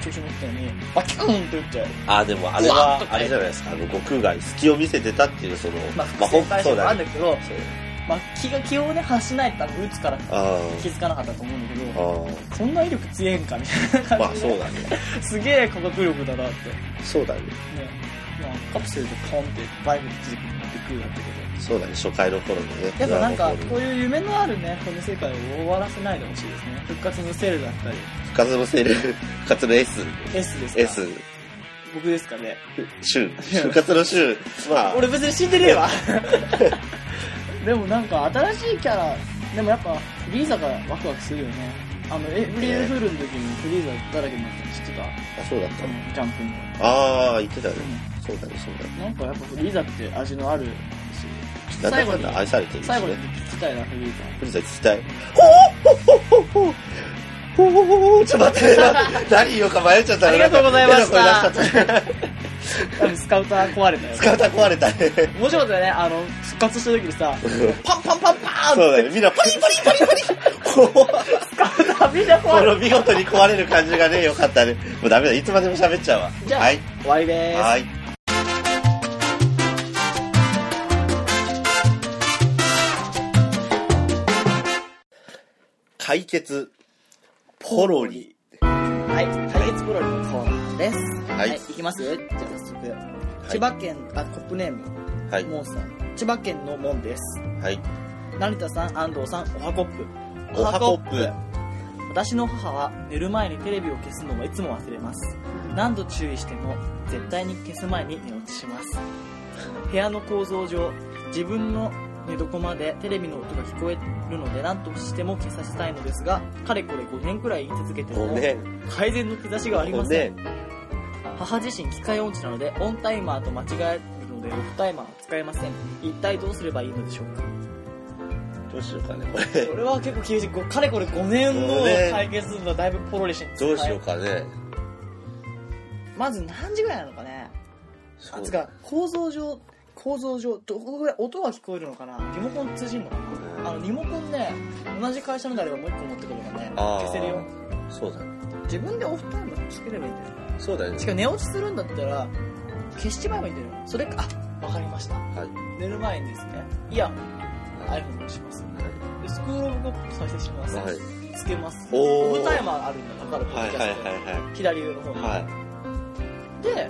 S2: 調子乗ったのにバキューンって打って
S1: あ、でもあれ
S2: うわー
S1: は
S2: っと、か
S1: あれじゃないですか。あの、悟空が隙を見せてたっていう、その、
S2: まあ
S1: ま
S2: 伏
S1: あほ
S2: 線
S1: んそ
S2: 回収
S1: う
S2: もあ
S1: だ
S2: るん
S1: ね。
S2: だけど、
S1: そう
S2: まあ、気が気をね発しないと多分打つから
S1: あ
S2: 気づかなかったと思うんだけ
S1: あ。
S2: ど
S1: あ
S2: そんな威力強えんかみたいな
S1: あ。まあ
S2: 感じで、
S1: そうだね。
S2: すげえ科学力だなってね
S1: そうだね。
S2: まあカプセルでポンってバイブで出てくるってくるだったけど
S1: そうだね。初回の頃のね。
S2: やっぱなんか
S1: ドラゴンボ
S2: こ
S1: ー
S2: う
S1: ル
S2: いう夢のあるねこの世界を終わらせないでほしいですね復活のセールだったり
S1: 復活のセール、復活の S、
S2: S ですか
S1: S、
S2: 僕ですかね
S1: 週、復活の週、まあ、
S2: 俺別に死んでねえわ でもなんか新しいキャラでもやっぱフリーザがワクワクするよねあのエブリルフールの時にフリーザだらけになったの知ってた
S1: あそうだった
S2: このジャンプに
S1: ああ、言ってたね。そうだね、そうだね。
S2: なんかやっぱフリーザって味のあるし
S1: なんだ
S2: 最
S1: か
S2: 後
S1: ん
S2: に
S1: だ愛されてるしね
S2: 最後に。聞きたいなフリーザ
S1: 藤田聞きたい。ほほほほほほほほほちょっと待って、待って何言おうか迷っちゃった
S2: ありがとうございました
S1: なんか変な声出しちゃった
S2: あのスカウター壊れ たよ
S1: スカウター壊れたね。
S2: 面白かったよねあの復活した時にさパンパンパンパーン
S1: そうだね、みんなパリパリパリパリこう
S2: みんな
S1: こ
S2: 壊れ
S1: の見事に壊れる感じがね、よかったね。もうダメだ、いつまでも喋っちゃうわ。
S2: じゃあ
S1: はい。
S2: 終わりです
S1: はい。解決、ポロリ。
S2: はい、解決プロリのコーナーです。
S1: は
S2: はいい、い、きますよ。じゃあ早速、千葉県、あ、コップネーム、
S1: はい。
S2: モンさん。千葉県のモンです。
S1: はい。
S2: 成田さん、安藤さん、おはコップ。
S1: おはコップ
S2: おはコップ私の母は寝る前にテレビを消すのはいつも忘れます。何度注意しても、絶対に消す前に寝落ちします。部屋の構造上、自分の寝床までテレビの音が聞こえるので何としても消させたいのですが、かれこれ5年くらい言い続けて
S1: ご
S2: も、
S1: めん。
S2: 改善の兆しがあり
S1: ご
S2: ま
S1: め
S2: せん。
S1: ん。
S2: 母自身機械音痴なのでオンタイマーと間違えるのでオフタイマーは使えません一体どうすればいいのでしょうか
S1: どうしようかね、これ。
S2: これは結構厳しいこうかれこれ5年の
S1: そうね
S2: 解決するのはだいぶポロリしてるんです
S1: どうしよう
S2: は
S1: かね。
S2: いまず何時ぐらいなのかねあ
S1: そう
S2: つか構造上構造上どこぐらい音は聞こえるのかなリモコン通じるのかなあのリモコンね同じ会社のであればもう一個持ってくるからね
S1: あー
S2: 消せるよ
S1: そうだね。
S2: 自分でオフタイマーつければいいんだよ
S1: そうだね。
S2: しかも寝落ちするんだったら消しちまえばいいんだよそれかあわかりました
S1: はい。
S2: 寝る前にですねイヤホン iPhone にしますでスクールオブコップ再生します、
S1: はい。
S2: つけます
S1: おー
S2: オブタイマーあるんだかかるポ
S1: は
S2: ッ
S1: い
S2: ドキ
S1: はい
S2: ャスト、
S1: はいはい。
S2: 左上の方に、
S1: は
S2: で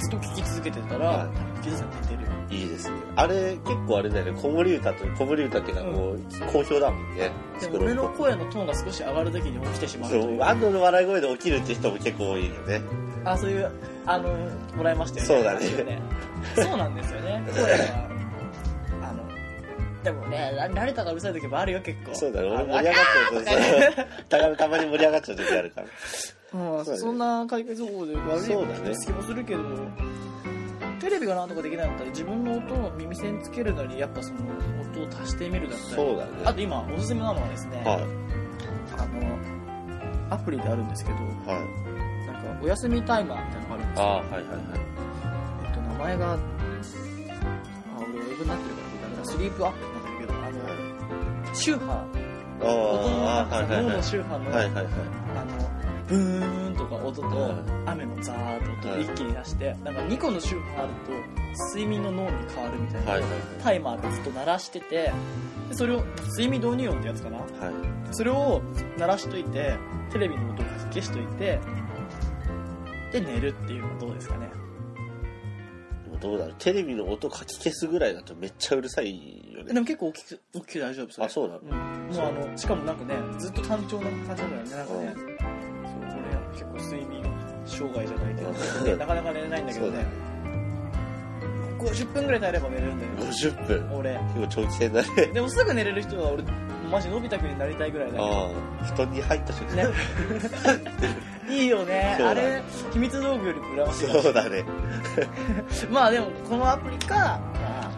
S2: ずっと聞き続けてたら、
S1: はい
S2: 池田さん寝てる
S1: い。いいですね。あれ、結構あれだよね。子守歌と、子守歌っていうか、もう、好評だもんね。
S2: でも俺の声のトーンが少し上がる時に起きてしまうと
S1: そ、
S2: いうう
S1: 安藤の笑い声で起きるって人も結構多いよね。
S2: あそういうあのもらいましたよね
S1: そうだね
S2: 話をそうなんです よね声があのでもねな慣れたがうるさい時もあるよ結構
S1: そうだね、俺
S2: あ
S1: 盛り上がっちゃうと、たまたまに盛り上がっちゃう時あるから。
S2: うん
S1: そうだね
S2: そんな解決方法で悪い
S1: そうだね
S2: 気もするけど、テレビがなんとかできないんだったら自分の音を耳栓つけるなりやっぱその音を足してみるだったり
S1: そうだね。
S2: あと今おすすめなのはですね、
S1: はい、
S2: あのアプリであるんですけど
S1: はい。
S2: なんかお休みタイマーみたいなのがあるんです
S1: あ
S2: よ
S1: あ、はいはいはい。
S2: えっと名前があ俺ウェブになってるからダメだスリープアップになってるけどあの宗派
S1: ああ
S2: 音の
S1: は
S2: 中
S1: いはい
S2: 脳
S1: はい
S2: の宗派の、
S1: はいはいはい
S2: あのブーンとか音と
S1: は
S2: 雨のザーッと音を
S1: はい
S2: 一気に出してなんか2個の宗派あると睡眠の脳に変わるみたいな、
S1: はいはい
S2: タイマーでずっと鳴らしててでそれを睡眠導入音ってやつかな
S1: はい
S2: それを鳴らしといてテレビの音をかき消しといてで寝るっていうのはどうですかね
S1: でもどうだろうテレビの音かき消すぐらいだとめっちゃうるさいよ
S2: で
S1: ね
S2: も結構大きく大きくて大丈夫それ
S1: あそうなの
S2: ん、もうあのしかもなんかねずっと単調な感じなんだよねなんかねそう俺は結構睡眠障害じゃないけど、
S1: うん
S2: なかなか寝れないんだけ
S1: そ
S2: ど
S1: うだ
S2: ね
S1: ね
S2: 50分ぐらい耐えれば寝れるんだよね
S1: 50分
S2: 俺
S1: 結構長期戦だね
S2: でもすぐ寝れる人は俺マジのび太くんになりたいぐらいだよ
S1: ああ布団に入った瞬
S2: ね
S1: 間
S2: いいよね
S1: そう
S2: あ
S1: だね
S2: れ秘密道具より羨ましいわ
S1: そうだね
S2: まあでもこのアプリか、ま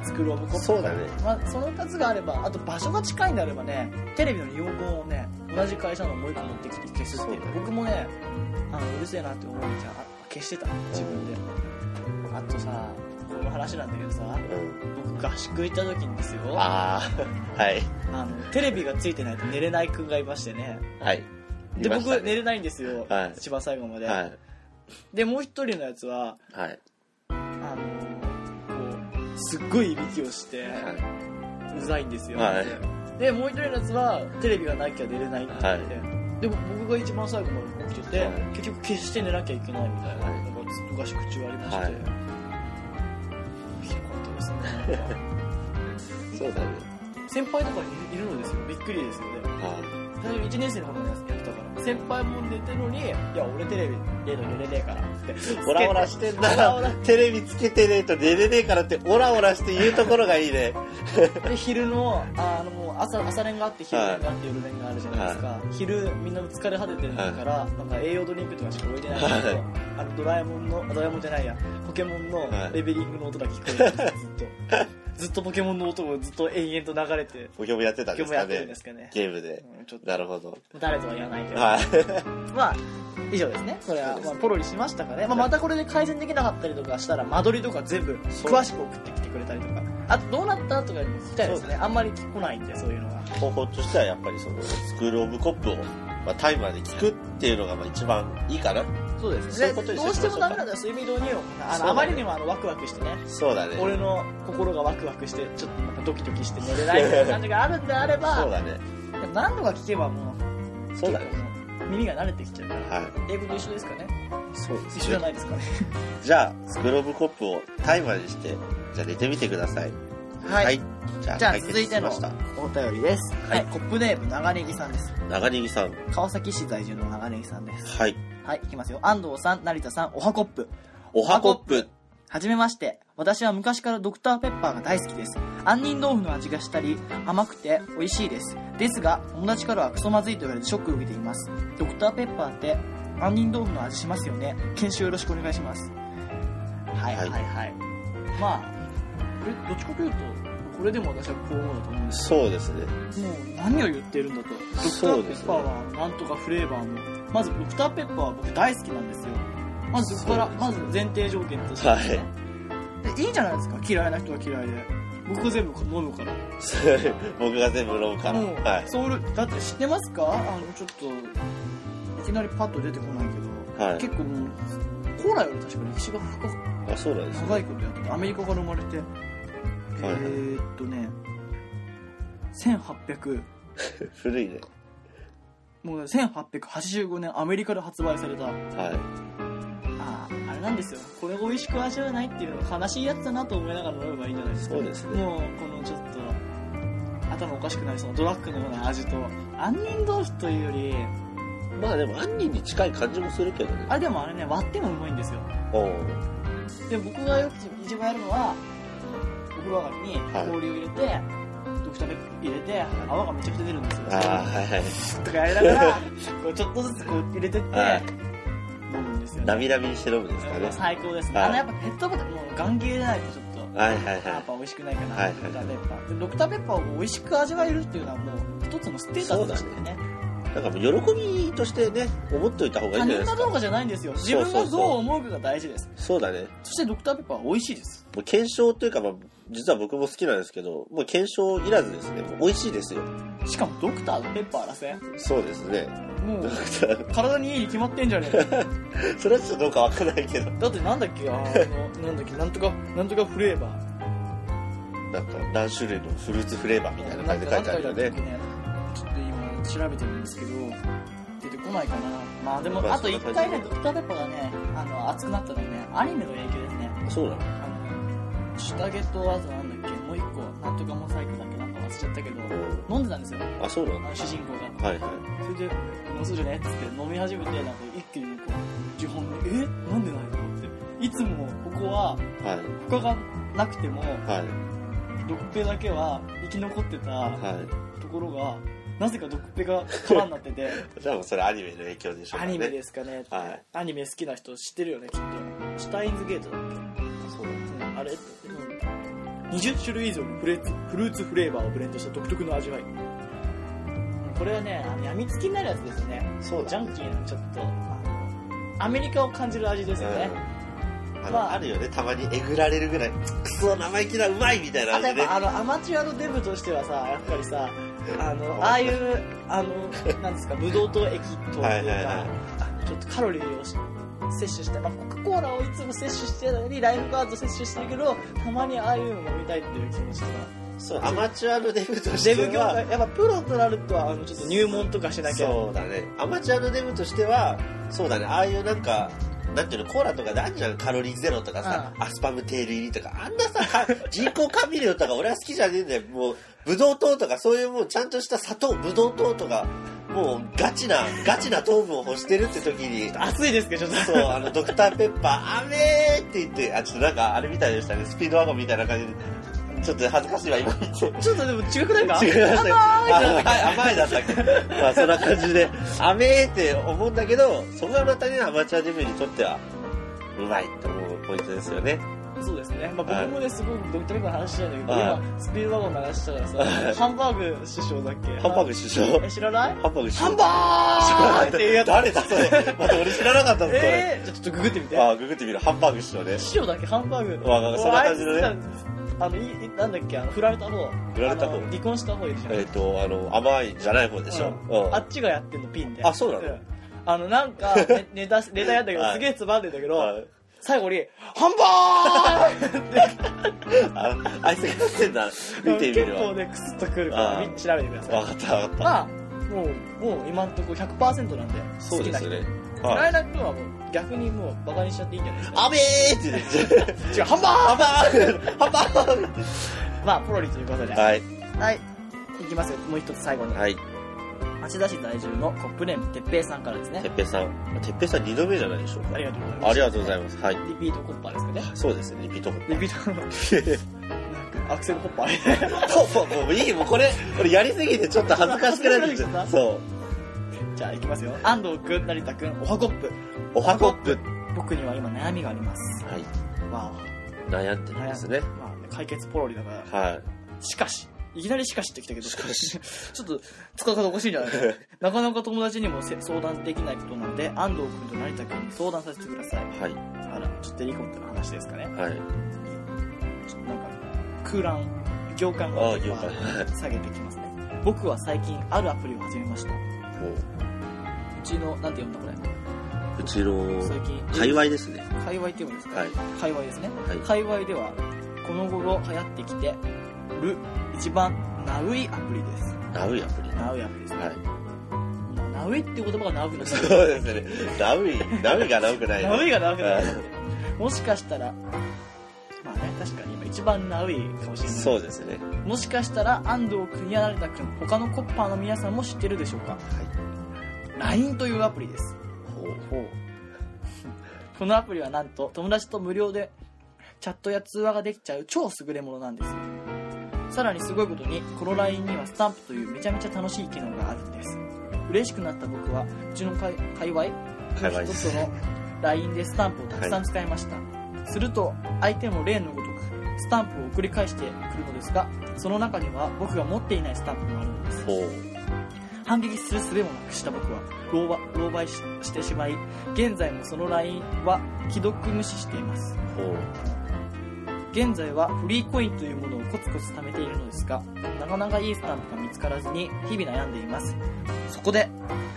S2: あ、スクローブコップ
S1: そうだね
S2: まあ、その2つがあればあと場所が近いんであればねテレビのリモコンをね同じ会社のもう一個持ってきて消すっていう
S1: そうだね
S2: 僕もねあのうるせえなって思うじゃん消してた自分であとさこの話なんだけどさ
S1: うん
S2: 僕合宿行った時にですよあ
S1: ああはい
S2: のテレビがついてないと寝れない君がいましてね
S1: はい
S2: で
S1: いまし
S2: 僕
S1: たね
S2: 寝れないんですよ、
S1: はい
S2: 一番最後まで、
S1: はい
S2: でもう一人のやつは
S1: はい
S2: あのこうすっごいいびきをして、
S1: はいう
S2: ざいんですよ、
S1: はい
S2: でもう一人のやつはテレビがなきゃ出れないって言って、でも僕が一番最後まで起きてて、
S1: はい
S2: 結局消して寝なきゃいけないみたいな、
S1: はい
S2: のがずっと合宿中ありまして、
S1: はい
S2: よかったですねなんか
S1: そうだね
S2: 先輩とかいるのですよびっくりですよね
S1: は
S2: 大丈夫1年生の頃のやつやってたから先輩も寝てるのに「いや俺テレビ出るの寝れねえから」って
S1: いオラオラしてん
S2: オラオ
S1: な
S2: ラ
S1: テレビつけてねえと寝れねえからってオラオラして言うところがいい ね
S2: で昼のああのもう朝朝練があって昼練があって夜練があるじゃないですか、昼みんな疲れ果ててるから、なんか栄養ドリンクとかしか置いてないんだけど、
S1: は
S2: あのドラえもんのあドラえもんじゃないやポケモンの
S1: はい
S2: レベリングの音だけ聞こえてるんですよずっとずっとポケモンの音がずっと延々と流れて
S1: ポケモンやってたんで
S2: 今
S1: す
S2: 日もや
S1: か
S2: ってるんで
S1: ね
S2: すかね
S1: ゲームで
S2: うんちょっと
S1: なるほど
S2: 誰とは言わないけど、
S1: はい
S2: まあ以上ですねこれは、
S1: そうで
S2: ますあ、
S1: ね
S2: ポロリしましたかね、まあ、またこれで改善できなかったりとかしたら間取りとか全部
S1: そう
S2: 詳しく送ってきてくれたりとかあとどうなったとか聞きたいです
S1: そう
S2: ねあんまり来ないんでそういうのが
S1: 方法としてはやっぱりそのスクールオブコップを、まあ、タイマーで聞くっていうのがまあ一番いいかな
S2: そうです
S1: そういうことにし
S2: ど
S1: て
S2: うしても
S1: み
S2: ダ
S1: ましょうか
S2: メなんだよ睡眠導入音あ
S1: そうだ
S2: の、
S1: ね
S2: あまりにもあのワクワクしてね
S1: そうだね
S2: 俺の心がワクワクしてちょっとなんかドキドキして寝れないみた いな感じがあるんであれ
S1: そう
S2: ば
S1: だね
S2: 何度か聞けばもう
S1: そうだね
S2: 結構もう耳が慣れてきちゃうから
S1: はい
S2: 英語と一緒ですかね
S1: そうで
S2: 一緒じゃないですかね
S1: じゃあスクールオブコップをタイマーにしてじゃあ寝てみてください
S2: はい
S1: じゃあ
S2: じゃあ
S1: 解決
S2: 続いての
S1: しました
S2: お便りです、は
S1: はい
S2: い、コップネーム長ネギさんです
S1: 長ネギさん
S2: 川崎市在住の長ネギさんです
S1: はい
S2: はいいきますよ安藤さん成田さんおはコップ
S1: おはコップ
S2: はじめまして。私は昔からドクターペッパーが大好きです。杏仁豆腐の味がしたり、甘くて美味しいです。ですが、友達からはクソまずいと言われてショックを受けています。ドクターペッパーって杏仁豆腐の味しますよね。研修よろしくお願いします。はいは
S1: はいい
S2: はい。まあ、これ、どっちかというと、これでも私はこう思うと思うんです
S1: そうですね
S2: もう何を言ってるんだと。ドクタ
S1: そう
S2: ーペ
S1: です
S2: ッ
S1: ね
S2: パーはなんとかフレーバーも。まずドクターペッパーは僕大好きなんですよ。まずそこから、
S1: そう
S2: まず前提条件として、
S1: はい
S2: でいいじゃないですか、嫌いな人は嫌いで。僕が全部飲むから。
S1: 僕が全部飲むから
S2: もう、
S1: はい
S2: ソウル、だって知ってますかあの、ちょっと、いきなりパッと出てこないけど、
S1: はい
S2: 結構もう、コーラより確か歴史が深く
S1: あそうなんですね
S2: 長いことやっててアメリカから生まれて、えー、っとね、1800、
S1: 古いね
S2: もう1885年アメリカで発売された
S1: は
S2: あーあれなんですよこれ美味しく味わえないっていうのが悲しいやつだなと思いながら飲めばいいんじゃないで
S1: い
S2: すか
S1: そうですね
S2: もうこのちょっと頭おかしくなりそうなドラッグのような味と杏仁豆腐というより
S1: まあでも杏仁に近い感じもするけどね
S2: あれでもあれね割ってもうまいんですよ
S1: おー
S2: で僕がよく一番やるのはお風呂上がりに
S1: はい
S2: 氷を入れて、ドクターペッパー入れて泡がめちゃくちゃ出るんですよ
S1: ああはいはい
S2: とかやりながらこうちょっとずつこう入れてって
S1: はい
S2: 飲むんですよね
S1: なみなみにして飲むんですかね
S2: 最高ですね、
S1: はい
S2: あのやっぱペットボトルもうガン切れないとちょっと
S1: はいはいは
S2: やっ
S1: い
S2: ぱ美味しくないかな、
S1: はい
S2: ドクターペッパーでドクターペッパーを美味しく味わえるっていうのはもう一つのステータスとしてね
S1: なんかもう喜びとしてね、思っといた方がいい
S2: 他
S1: んじゃないで
S2: 人が
S1: す
S2: どう
S1: か。
S2: かじゃないんですよ自
S1: そうそう
S2: 分
S1: そう
S2: がどう思うかが大事です
S1: そうだね。
S2: そしてドクターペッパーは美味しいです
S1: もう検証というか、まあ、実は僕も好きなんですけど、もう検証いらずですね。もう美味しいですよ。
S2: しかもドクターのペッパーらせん
S1: そうですね。
S2: も
S1: ド
S2: う
S1: クター、
S2: 体にいいに決まってんじゃねえか
S1: それはちょっとどうかわかんないけど、
S2: だってなんだっけあのなんだっけなんとかなんとかフレーバー
S1: なんか何種類のフルーツフレーバーみたいな感じで書いてあるよ
S2: なんか
S1: ね。
S2: なんかだったっけねちょっと今調べてるんですけど出てこないかなまあでも、
S1: まあ
S2: あ、と
S1: そんな
S2: 1
S1: 感じ
S2: 回目ドクターペッパーがねあの熱くなったのはねアニメの影響ですね
S1: そうなの
S2: あの下毛とあとなんだっけもう一個なんとかモサイクだっけなんか忘れちゃったけど飲んでたんですよ
S1: あ、そうな
S2: あ
S1: の
S2: の主人公が
S1: はいはい。
S2: それで「飲そうじゃね?」っつって飲み始めてなんか一気にこう自本で「え飲んでないの?」っていつもここは
S1: はい。
S2: 他がなくても
S1: はい。
S2: ドクペだけは生き残ってた
S1: は
S2: ところがなぜかドクペが空になっ てて
S1: い。じゃあもうそれアニメの影響でしょう
S2: ア
S1: からね。
S2: ニメですかねって
S1: はい
S2: アニメ好きな人知ってるよねきっとシュタインズゲートだっ
S1: そうなの
S2: け、うんあれって20種類以上のフレーツフルーツフレーバーをブレンドした独特の味わいこれはねあの病みつきになるやつですね
S1: そう
S2: ジャンキーなちょっと、あのアメリカを感じる味ですよね。
S1: うんあの
S2: まあ
S1: あるよねたまにえぐられるぐらいくそ生意気なうまいみたいな
S2: あとや
S1: 味
S2: っ
S1: で
S2: ぱあのアマチュアのデブとしてはさ、やっぱりさ、あの、ああいう、あの、なんですか、ブドウ糖液糖とか、
S1: はいはいはい
S2: あちょっとカロリーをし摂取して、まあ、コカ・コーラをいつも摂取してたり、ライフガード摂取してるけど、たまにああいうの飲みたいっていう気持ちとか。
S1: そうアマチュアのデブとし
S2: デ
S1: て
S2: ブ業
S1: は
S2: 界、やっぱプロとなると、あの、ちょっと入門とかしなきゃ。
S1: そうだねアマチュアのデブとしてはそうだねああいうなんかなんていうのコーラとかであんじゃんカロリーゼロとかさ、アスパムテール入りとかあんなさか 人工甘味料とか俺は好きじゃねえんだよもうブドウ糖とかそういうもうちゃんとした砂糖ブドウ糖とかもうガチなガチな糖分を欲してるって時に
S2: 熱いですけど、ちょっ
S1: そう、あの、ドクターペッパー、あめーって言って、あ、ちょっとなんか、あれみたいでしたね、スピードワゴンみたいな感じで、ちょっと恥ずかしいわ、今見て。違いま
S2: と、ちょっとでも 違くないか
S1: したけど、あはい甘いだったっけ まあ、そんな感じで、あめーって思うんだけど、そこがまたね、アマチュアデビューにとっては、うまいって思うポイントですよね。
S2: そうですね、まあ、僕もね、すごくドクターペッパーの話したいんだけ
S1: は
S2: ど、
S1: い
S2: 今、スピードワゴンの話したら
S1: はい
S2: さ、ハンバーグ師匠だっけ
S1: ハンバーグ首相
S2: え、知らない
S1: ハンバーグ首
S2: ハ
S1: 相
S2: ンバーグっていうやつ。
S1: 誰だ、それ。 また俺知らなかったぞ、それ。
S2: えー、じゃあちょっとググってみて。
S1: あ、ググってみる、ハンバーグ首相ね。
S2: 師匠だっけハンバーグ。
S1: わわそんな感じのね
S2: あいつさあの、いいなんだっけ、あの、振られた方。
S1: 振られた方
S2: あの離婚した方いるじゃん。
S1: えっと、あの、甘いじゃない方でしょ。
S2: うん
S1: うん
S2: あっちがやってんの、ピンで。
S1: あそうなの
S2: んあの、なん か、ねネタ、ネタやったけ
S1: はい
S2: ど、すげえつばんでんだけ
S1: は
S2: ど
S1: い、
S2: 最後に、ハンバーグ
S1: ああいつがやってんだ。 見てみるわ。
S2: 結構ねクスッとくるか
S1: あ
S2: ら
S1: ー
S2: み調べてくださ
S1: わ
S2: い
S1: かったわかった。
S2: まあもうもう今のところ100%なんで好きな人
S1: ね。
S2: ラ
S1: は
S2: イ
S1: い。
S2: ダー君はもう逆にもうバカにしちゃっていいんじゃないですか
S1: あべーって言って、
S2: 違うハンバ
S1: ハンバーグハンバー
S2: ーまあポロリということで
S1: グ
S2: は
S1: はい。
S2: い、い、きますよもう一つ最後に
S1: はい。
S2: 町田市在住のコップネームてっぺいさんからです
S1: てっ
S2: ね
S1: ぺいさん。てっぺいさん二度目じゃないでしょうか。
S2: ありがとうございます
S1: ありがとうございます。はい。
S2: リピートコッパーですかね
S1: そうですね、リピートホッ
S2: リピートなんかアクセルコッパー
S1: パ ー。もういい、もうこれ、これやりすぎてちょっと恥ずかしくなるじゃん。そう。
S2: じゃあいきますよ安藤君成田君おはコップ
S1: おはコップ。
S2: 僕には今悩みがあります
S1: はい。
S2: ま
S1: 悩んで
S2: あ
S1: るんですね。
S2: まあ、解決ポロリだから
S1: はい。
S2: しかし、いきなりしかしってきたけど、しかし、 ちょっと使い方おかしいんじゃない かなかなか友達にもせ相談できないことなので、安藤君と成田君に相談させてください。
S1: はい。
S2: あら、ちょっと離婚っての話ですかね。
S1: はい。
S2: ちょっとなんか、空欄、行間
S1: あ
S2: を
S1: あ、了解。
S2: 下げてきますね。僕は最近あるアプリを始めました。う
S1: も
S2: ちの、なんて読んだこれ。
S1: う、うちの
S2: 最近、
S1: 界隈ですね。
S2: 界隈って読むんですか、
S1: はい。
S2: 界隈ですね。
S1: はい。
S2: 界隈では、この頃流行ってきてる一番ナウいアプリです。
S1: ラウイアプリ。は
S2: ナウいアプリですね。
S1: い。
S2: ナウイって言葉がナウくなって
S1: そうですね。ラウイ、ラウイが長くない
S2: る。
S1: ね
S2: ナウイがナウくなってる。もしかしたら、まあね、確かに今一番ナウイかもしれない。
S1: そうですね。
S2: もしかしたら安藤君や成田君、他のコッパーの皆さんも知ってるでしょうか。LINE というアプリです。ほう。このアプリはなんと友達と無料でチャットや通話ができちゃう超優れものなんですよさらにすごいことにこの LINE にはスタンプというめちゃめちゃ楽しい機能があるんです嬉しくなった僕はうちの界界隈
S1: 界
S2: の
S1: 隈で
S2: 人
S1: す
S2: との LINE でスタンプをたくさん使いました、すると相手も例のごとくスタンプを送り返してくるのですがその中には僕が持っていないスタンプもあるんです
S1: ほう。
S2: 反撃する術もなくした僕は狼狽狼狽ししてしまい現在もその LINE は既読無視しています
S1: ほう。
S2: 現在はフリーコインというものをコツコツ貯めているのですがなかなかいいスタンプが見つからずに日々悩んでいますそこで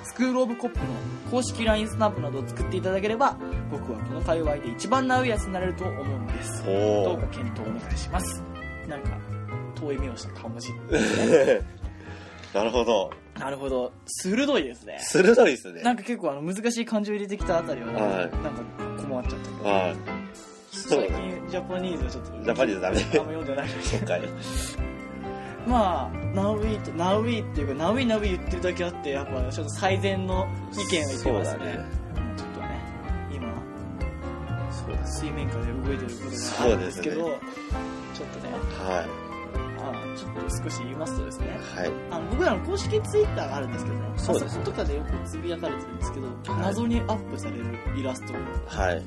S2: スクール・オブ・コップの公式 LINE スタンプなどを作っていただければ僕はこの界隈で一番ナウイやつになれると思うんですど
S1: お
S2: うか検討お願いしますなんか遠い目をした顔文字
S1: ー なるほど
S2: なるほど鋭いですね
S1: 鋭いですね
S2: なんか結構あの難しい漢字を入れてきたあたりはなんか,、
S1: はい
S2: 困っちゃったけど
S1: はいそう
S2: 最近ジャパニーズはちょっと
S1: ジャパニーズダメ
S2: あんま読んでない
S1: 今回
S2: まあナウイとナウイっていうかナウイナウイ言ってるだけあってやっぱちょっと最善の意見を言ってますねちょっとね今
S1: そうだね
S2: 水面下で動いてることがあるんですけど
S1: そう
S2: ちょっとね
S1: は
S2: まあちょっと少し言いますとですね
S1: いはい
S2: あの僕らの公式ツイッターがあるんですけどね
S1: そうです
S2: あそことかでよくつぶやかれてるんですけど、
S1: い
S2: 謎にアップされるイラスト
S1: はい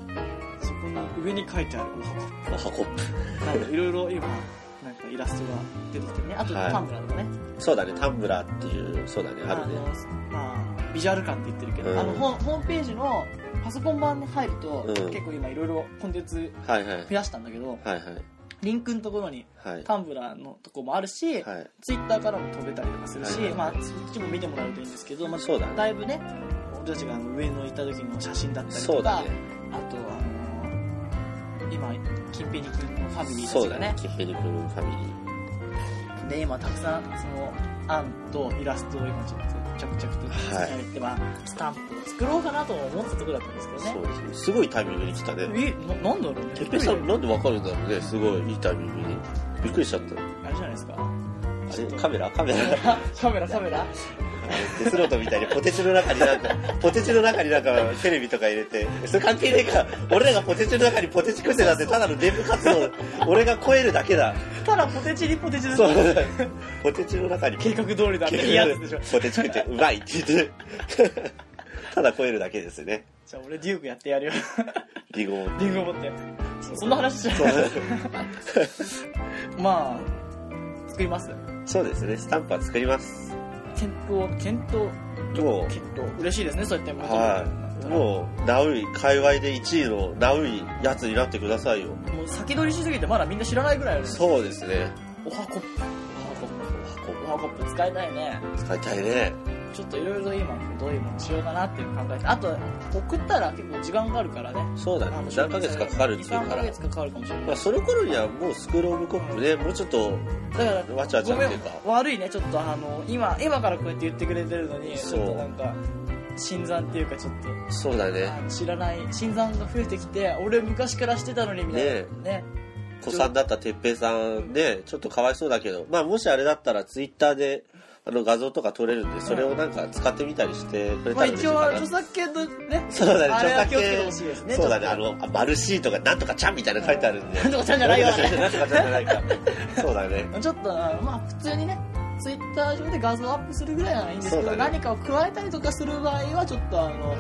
S2: そこに上に書いてあるお箱
S1: おはコップ
S2: なんかいろいろ今なんかイラストが出てきてるねあと
S1: はい
S2: タンブラーとかね、
S1: そうだねタンブラーっていうそうだねあるね
S2: のまあビジュアル感って言ってるけど、
S1: うん
S2: あのホホームページのパソコン版に入ると、
S1: うん
S2: 結構今いろいろコンテンツ
S1: はいはい
S2: 増やしたんだけど
S1: はいはい
S2: リンクのところに
S1: はい
S2: タンブラーのとこもあるし、
S1: はい
S2: ツイッターからも飛べたりとかするし、
S1: はいはい
S2: まあ、そっちも見てもらうといいんですけど、まあ、
S1: そうだね
S2: だいぶね俺たちがあの上野行った時の写真だったり
S1: そ
S2: と
S1: うだ
S2: か、
S1: ね
S2: あとあの今金平に君のファミリーた
S1: そ
S2: ち
S1: う
S2: が
S1: だ
S2: ね
S1: ねキッヘリ君ファミリー
S2: で今たくさんその案とイラストを今ちょっと着々と作られて、まあスタンプを作ろうかなと思ったところだったんですけどね
S1: そうですねすごいタイミングで来たね
S2: えななんだろうね
S1: てっぺいさんなんでわかるんだろうねすごいいいタイミングにびっくりしちゃった
S2: あれじゃないですか
S1: あれカメラカメラ
S2: カメラカメラ
S1: デスノートみたいにポテチの中になんか、ポテチの中になんかテレビとか入れて、それ関係ねえか。俺らがポテチの中にポテチ食ってなんてただのデブ活動。俺が超えるだけだ。
S2: ただポテチにポテチです
S1: そ
S2: よ
S1: う。ポテチの中に
S2: 計画通りだっていいやつでしょ
S1: ポテチ食ってうまいって言って。ただ超えるだけですね。
S2: じゃあ俺デュークやってやるよ
S1: リゴン。
S2: リンゴ持ってそんな話じゃ
S1: そ
S2: ないう まあ作ります
S1: そうですね。スタンプは作ります。
S2: 検討検討
S1: も
S2: 検討嬉しいですねそうやって
S1: う、
S2: 求めてもら
S1: はい。
S2: えたら
S1: もう、ナウイ、界隈で1位のナウイやつになってくださいよ。
S2: もう先取りしすぎてまだみんな知らないぐらいある
S1: そうですね。
S2: おはコップおはコッ
S1: こ
S2: プおはコップ使いたいね
S1: う使いたいね。
S2: ちょっといろいろ今どういうのにしようかなっていう考えてあと送ったら結構時間があるからね
S1: そうだね
S2: あの。
S1: 何ヶ月かかかるっていう
S2: 2
S1: か
S2: 3ヶ
S1: ら。
S2: 月かかるかもしれな
S1: ま
S2: い
S1: あ、その頃にはもうスクロールオブコップね、もうちょっと、
S2: だから
S1: わちゃわちゃ
S2: ごめ
S1: っていうんか。
S2: 悪いねちょっとあの今今からこうやって言ってくれてるのにち
S1: そう
S2: ょっとなんか新参っていうかちょっと
S1: そうだ
S2: あ
S1: ね。
S2: の知らない新参が増えてきて俺昔からしてたのにみたいなね
S1: 子さんだったてっぺいさんね、ちょっとかわいそうだけど、まあもしあれだったらツイッターで、あの画像とか撮れるんで、それをなんか使ってみたりしてくれ
S2: まあ
S1: たら嬉しい
S2: 一応
S1: か
S2: 著
S1: な。
S2: 作権のね
S1: そうだね、
S2: あれ
S1: 著
S2: は
S1: 作
S2: 気をつけて
S1: 権
S2: ほ。しいですね
S1: そうだね、
S2: ちょ
S1: あ
S2: っと
S1: の、あ丸 C とかなんとかちゃんみたいなの書いてあるんで。
S2: なんとかちゃんじゃないよあれ
S1: なんとかちゃんじゃないか。そうだね。
S2: ちょっとなまあ普通にねツイッター上で画像アップするぐらいならいいんですけ
S1: そ
S2: ど、
S1: うだね
S2: 何かを加えたりとかする場合はちょっとあの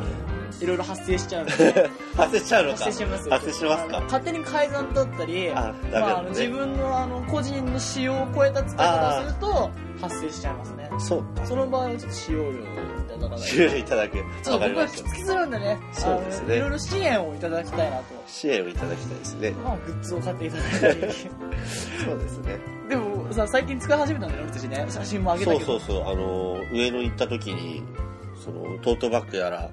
S2: いろいろ発生しちゃう ので
S1: 発生しちゃうのか。
S2: 発生しますよ
S1: 発生します
S2: あの
S1: か。
S2: 勝手に改ざんだったり
S1: あ、ダメ
S2: まあ、あ
S1: だ
S2: の
S1: ね。
S2: 自分のあの個人の使用を超えた使い方をすると発生しちゃいますね
S1: そうか。
S2: その場合はちょっと使用料みたいなのがない
S1: 修理いただけ。
S2: ちょっ
S1: わ
S2: と
S1: かり
S2: 僕は
S1: ま
S2: き
S1: し
S2: つ
S1: た。
S2: きするんでね
S1: そうですね
S2: あのいろいろ支援をいただきたいなと
S1: 支援をいただきたいですね。
S2: まあグッズを買っていただい たり
S1: そうですね。
S2: でもさ最近使い始めたんだよ俺たちね写真も上げた
S1: そ
S2: け
S1: う
S2: ど
S1: そうそう、あの、上野行った時に、その、トートバッグやら、
S2: うん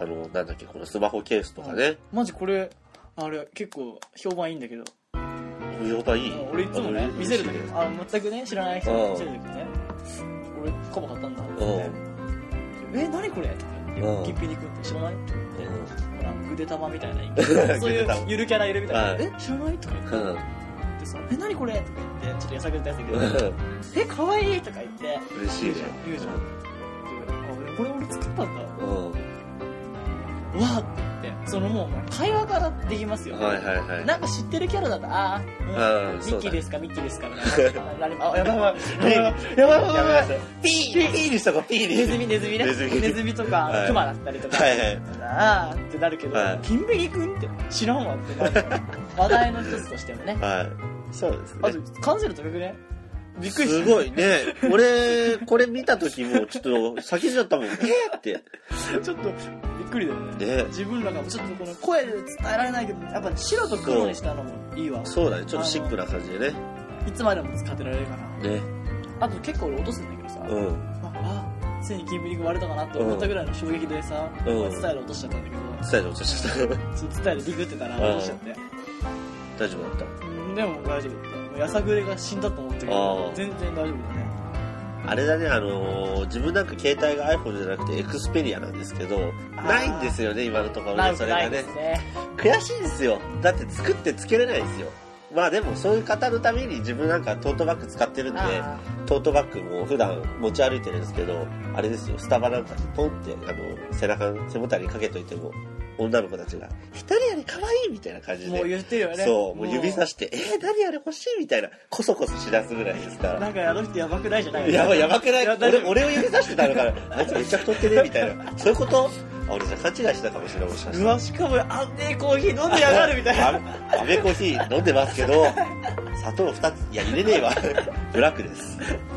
S1: あの、なんだっけ、このスマホケースとかね、
S2: マジこれあれ結構評判いいんだけど
S1: 無料がいい。
S2: 俺いつも
S1: あ
S2: ね
S1: の
S2: 見せるんだけ
S1: 嬉しい
S2: どあの全くね知らない人に見せる時ね俺カバ買ったんだってえ何これ?」とか言
S1: う
S2: っ
S1: ん
S2: て「キンピニ君って知らない?」って
S1: ね
S2: ほらぐでたまみたい なそう
S1: ぐ
S2: い
S1: で
S2: う
S1: たま
S2: ゆるキャラいるみたいな「
S1: は
S2: え知らない?」とか言って
S1: うん。
S2: でさ「え何これ?」とか言ってちょっとやさぐれたやつだけど
S1: うん。
S2: 「え可愛いとか言って
S1: 嬉しいね。
S2: 言うじゃんであ俺これ俺作ったんだわ
S1: うん。
S2: ーって言ってそのもう会話からできますよ
S1: はいはいはい。
S2: なんか知ってるキャラだと、ああ、
S1: うん
S2: ミ
S1: そう
S2: ッキ
S1: だ
S2: ー
S1: ね
S2: ですか、ミッキ ーですか、みたいな。あ、やばいやばい。やばいやばいやばいやばいやばい。
S1: い。ピーピーにしとこう、ピーに。
S2: ネズミ、ネズミね。
S1: ネズミ
S2: ネズミとか、
S1: はい
S2: クマだったりとか。
S1: はいはい
S2: ああってなるけど
S1: はい、
S2: キンベリ君って知らんわってなる。話題の一つとしても ね。
S1: はい。そうです
S2: あ
S1: ね
S2: と。、完成度高くねびっくりした。
S1: すごいね。 俺、これ見た時も、ちょっと、先じゃったもん。えーって。
S2: ちょっと、びっくりだよね
S1: ね
S2: 自分らがちょっとこの声で伝えられないけどやっぱ白と黒にしたのもいいわ
S1: そうだねちょっとシンプルな感じでね
S2: いつまでも使ってられるかな
S1: ね
S2: あと結構俺落とすんだけどさ、
S1: うん
S2: ああついにキンプリが割れたかなって思ったぐらいの衝撃でさ、
S1: うん
S2: まあスタイル落としちゃったんだけど、
S1: 伝えてお茶しちゃった
S2: ちょっとスタイルディグってたら落としちゃって、
S1: 大丈夫だった
S2: うん、でも大丈夫ってもうやさぐれが死んだと思ったけ
S1: あ
S2: ど
S1: ー
S2: 全然大丈夫だね
S1: あれだね、あのー自分なんか携帯が iPhone じゃなくてエクスペリアなんですけど、
S2: あー
S1: ないんですよね、今のところ
S2: な
S1: ね、
S2: い
S1: それ
S2: な
S1: が
S2: いで
S1: ね
S2: す。ね
S1: 悔しいですよ。だって作ってつけれないですよ。まあでも、そういう方のために自分なんかトートバッグ使ってるんで、
S2: あ
S1: トートバッグも普段持ち歩いてるんですけど、あれですよ、スタバなんかにポンって、あの、背中、背もたれにかけといても、女の子たちが、一人より可愛いみたいな感
S2: ー
S1: じ
S2: もう
S1: で。
S2: 言ってるよね
S1: そう、もう指さ
S2: し
S1: して、えー、何あれ欲しいみたいな、こそこそしだすぐらいですから。
S2: なんかあの人やばくないじゃない
S1: やばいやばくない
S2: いや大丈
S1: 俺
S2: 夫
S1: 俺を指さしてたのからあいつめっちゃ太ってねみたいなそういうことあ俺じゃあ勘違いしてたかもしれないもしかし
S2: う
S1: たら
S2: わしかも安定コーヒー飲んでやがるみたいな
S1: あアメコーヒー飲んでますけど砂糖2ついや入れねえわブラックです
S2: ま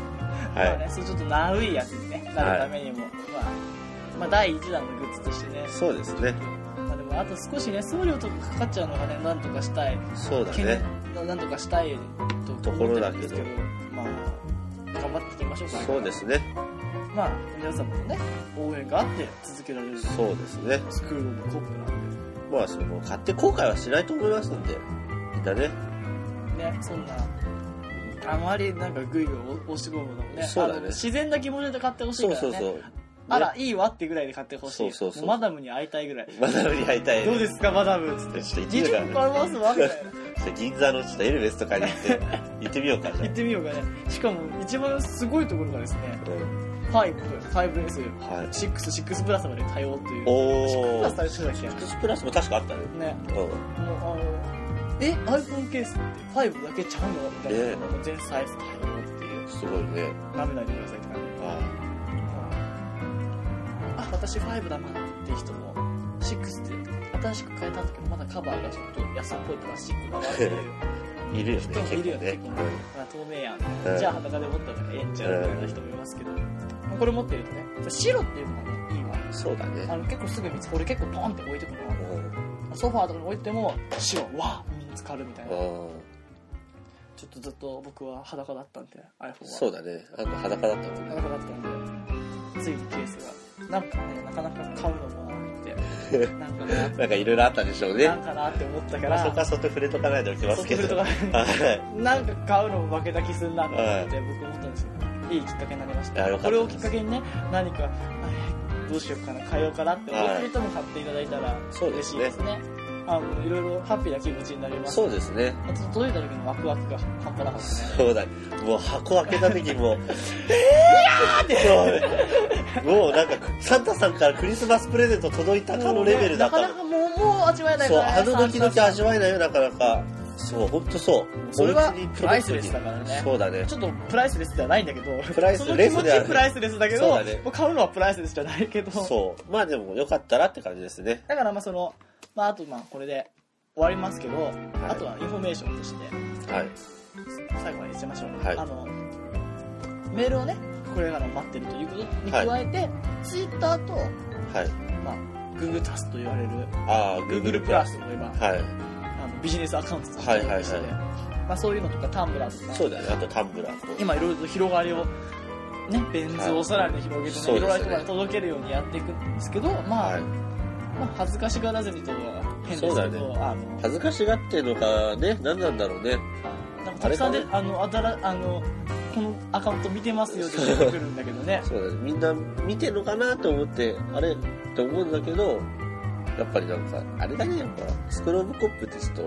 S2: あ
S1: は
S2: ね、そうちょっとナウいやつに、ね、なるためにも、まあ、まあ第1弾のグッズとしてね
S1: い、そうですね
S2: まあ、でもあと少しね送料とかかかっちゃうのがねなんとかしたい、
S1: そうだ
S2: 懸
S1: ね
S2: 念ななんとかしたいと
S1: ところだけど
S2: 思ってるんですまあ頑張っていきましょうか
S1: そうですね
S2: まあ皆様のね応援があって続けられるス
S1: そうですね
S2: クールオブコップなんで
S1: まあその買って後悔はしないと思いますんでみんなね
S2: ねそんなあまりなんかグイグイ押し込むのもね
S1: そうだね
S2: あの自然な気持ちで買ってほし
S1: そ
S2: いか
S1: う
S2: らね
S1: そうそう
S2: あらいいわってぐらいで買ってほしい
S1: そうそうそう
S2: もマダムに会いたいぐらい
S1: マダムに会いたい
S2: どうですかマダムっつって
S1: ちょっと行ってみようか
S2: 20分買いますわみたい
S1: ち
S2: な
S1: ょっと銀座のちょっとエルベスとかに行って行ってみようかじゃ
S2: 行ってみようかねしかも一番すごいところがですね
S1: あ、うん、
S2: 5、
S1: はい
S2: 5S、6、6プラスまで多用という。
S1: おー
S2: 6プラス対応してたっ
S1: スプラスも確かあったね
S2: けね。
S1: うん
S2: もうあの、え、iPhone ケースって5だけちゃうのみたい
S1: ね
S2: な。もう全サイズ対応っていう。
S1: すごいね。
S2: 舐めないでくださいって感じ。
S1: あ
S2: あ、私5だまだっていう人も、6って新しく変えたんだけど、まだカバーがちょっと安っぽいプラスチックだなっていう。
S1: いるよね。
S2: 人もいるよね、
S1: 結
S2: 結
S1: 構
S2: 構
S1: ね
S2: ね。まあ透明やん
S1: うん。
S2: じゃあ裸で持ったらええんちゃうみたいな人もいますけど。これ持ってるとね、白っていうのがね、いいわ。
S1: うんそうだね。
S2: あの結構すぐ見つか俺結構ポンって置いてく
S1: う
S2: の
S1: ん
S2: ソファーとかに置いても白わあ見つかるみたいな
S1: うん。
S2: ちょっとずっと僕は裸だったんで iPhone は
S1: そうだね。あんた裸だったもんね。
S2: 裸だったんでついにケースがなんかねなかなか買うのも なってなんかな
S1: なんかいろいろあったでしょうね
S2: な。んかなって思ったか
S1: まあそこは
S2: ら
S1: そっと触れとかないでおきますけ
S2: ソフト
S1: ど。
S2: が
S1: はい。
S2: なんか買うのも負けた気すんなって思って僕思ったんですよいいきっかけになりまし
S1: あ
S2: た
S1: よかった
S2: これをきっかけにね何かあどうしようかな変えようかなって思ってる人も買っていただいたら
S1: そうで
S2: 嬉
S1: す
S2: しい
S1: ね
S2: で。すねあのいろいろハッピーな気持ちになります
S1: そうですね。
S2: あと届いた時のワクワクが半端なかったですね
S1: そうだね。もう箱開けた時 もう、えーやーってそうねもうなんか、サンタさんからクリスマスプレゼント届いたかのレベルだっ
S2: な
S1: た
S2: かな
S1: の。
S2: かもうもう味わえない
S1: そう、あの時々味
S2: わ
S1: わえないよ、なかなか。そう、ほんとそう。
S2: それ
S1: お
S2: は
S1: 家に届く時
S2: プライスレスだからね
S1: そうだね。
S2: ちょっとプライスレスではないんだけど
S1: プライスレス
S2: その
S1: で
S2: 気
S1: は
S2: 持ちプライスレスだけ
S1: そう
S2: ど
S1: だね
S2: もう買うのはプライスレスじゃないけど
S1: そう。まあでも、よかったらって感じですね。
S2: だからまあその、まあ、あとまあこれで終わりますけど、あとはインフォメーションとして
S1: はい。
S2: 最後まで言っちゃいましょう、
S1: はい
S2: あのメールをねこれから待ってるということに加えて、ツイッターと、
S1: はい。
S2: まあ、Google タスと言われる
S1: ああ、
S2: Google プラスも今
S1: はい。
S2: あのビジネスアカウントとか
S1: はいはいはい
S2: しててまあ、そういうのとかタンブラーとか
S1: そうだね。あとタンブラーと。
S2: 今いろいろと広がりをねベン図をさらに広げて、
S1: そう
S2: ね
S1: ですね
S2: いろんな人から届けるようにやっていくんですけど、まあ
S1: は
S2: まあ恥ずかしがらずにとは変ですけ
S1: そうだ
S2: ど、
S1: ね
S2: あの
S1: い。恥ずかしがってんのかね、何なんだろうね。
S2: なんかたくさんで
S1: あれ
S2: あのあたらあのこのアカウント見てますよって出てくるんだけど ね
S1: そうだね。みんな見てんのかなと思って、あれって思うんだけど、やっぱりなんか、あれだね、やっぱ、スクローブコップってちょっ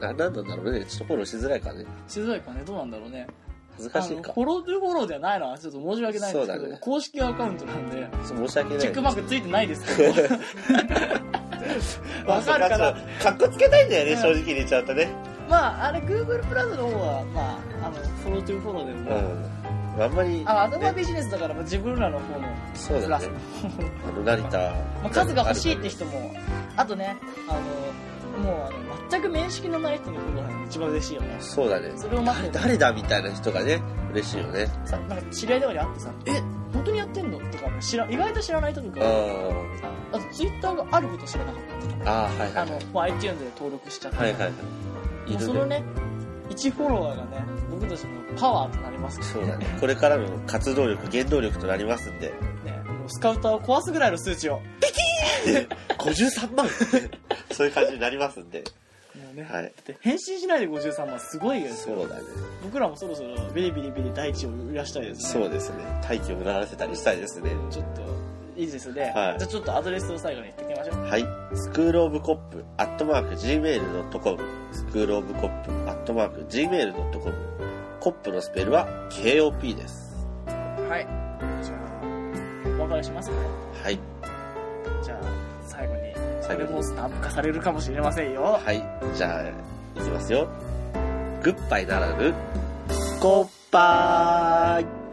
S1: と、な、なんなんだろうね。ちょっとフォローしづらいからね。
S2: しづらいかねどうなんだろうね
S1: 恥ずか
S2: あ
S1: しい
S2: の
S1: か
S2: フ。ォローとフォローではないのはちょっと申し訳ないんです
S1: そ
S2: けど、
S1: うだね
S2: 公式アカウントなんで
S1: そう申し訳ない。
S2: チェックマークついてないです けどわかるかな
S1: かっこつけたいんだよね、
S2: うん
S1: 正直に言っちゃうとね。
S2: まああれ Google プラスの方はまああのフォロートゥーフォローで
S1: う
S2: も、
S1: ん。あんまり、
S2: あアドバビジネスだから、まあ、自分らの方の
S1: そう
S2: プ
S1: だ
S2: ラ
S1: ね
S2: ス、。
S1: あの、成 田。
S2: まあ、数が欲しいって人もあとねあのもうあの全く面識のない人のフォローなんで一番嬉しいよね
S1: そうだね。
S2: それを待ってる
S1: 誰だみたいな人がね、嬉しいよね。
S2: さなんか知り合いとかに会ってさ「え本当にやってんのとか知ら意外と知らない人と
S1: あー
S2: かあとツイッターがあること知らなかっ
S1: あーはい
S2: た
S1: は
S2: あ
S1: い
S2: の
S1: はい
S2: もう iTunes で登録しちゃって、
S1: はいはいはいい
S2: もう
S1: る
S2: そのね1フォロワーがね僕たちのパワーとなりますか
S1: そう
S2: ら
S1: だねこれからの活動力原動力となります んで
S2: ねもうスカウターを壊すぐらいの数値をも
S1: 53万そういう感じになりますんで
S2: うね、
S1: はい
S2: だって返信しないで53万すごいですよ
S1: そうだね
S2: 僕らもそろそろビリビリビリ大地を揺らしたいですね
S1: そうですね大気をうならせたりしたいですね
S2: ちょっといいですね、
S1: はい
S2: じゃあちょっとアドレスを最後に言っておきましょう
S1: はい。スクールオブコップ、アットマーク、gmail.com。スクールオブコップ、アットマーク、gmail.com。コップのスペルは、KOP です。
S2: はいじゃあお別れしますね
S1: はい。
S2: じゃあ最後にこ
S1: 最
S2: れ
S1: 後
S2: も
S1: に。
S2: スタンプ化されるかもしれませんよ、
S1: はい。じゃあ、いきますよ。グッバイならぬ、コッパー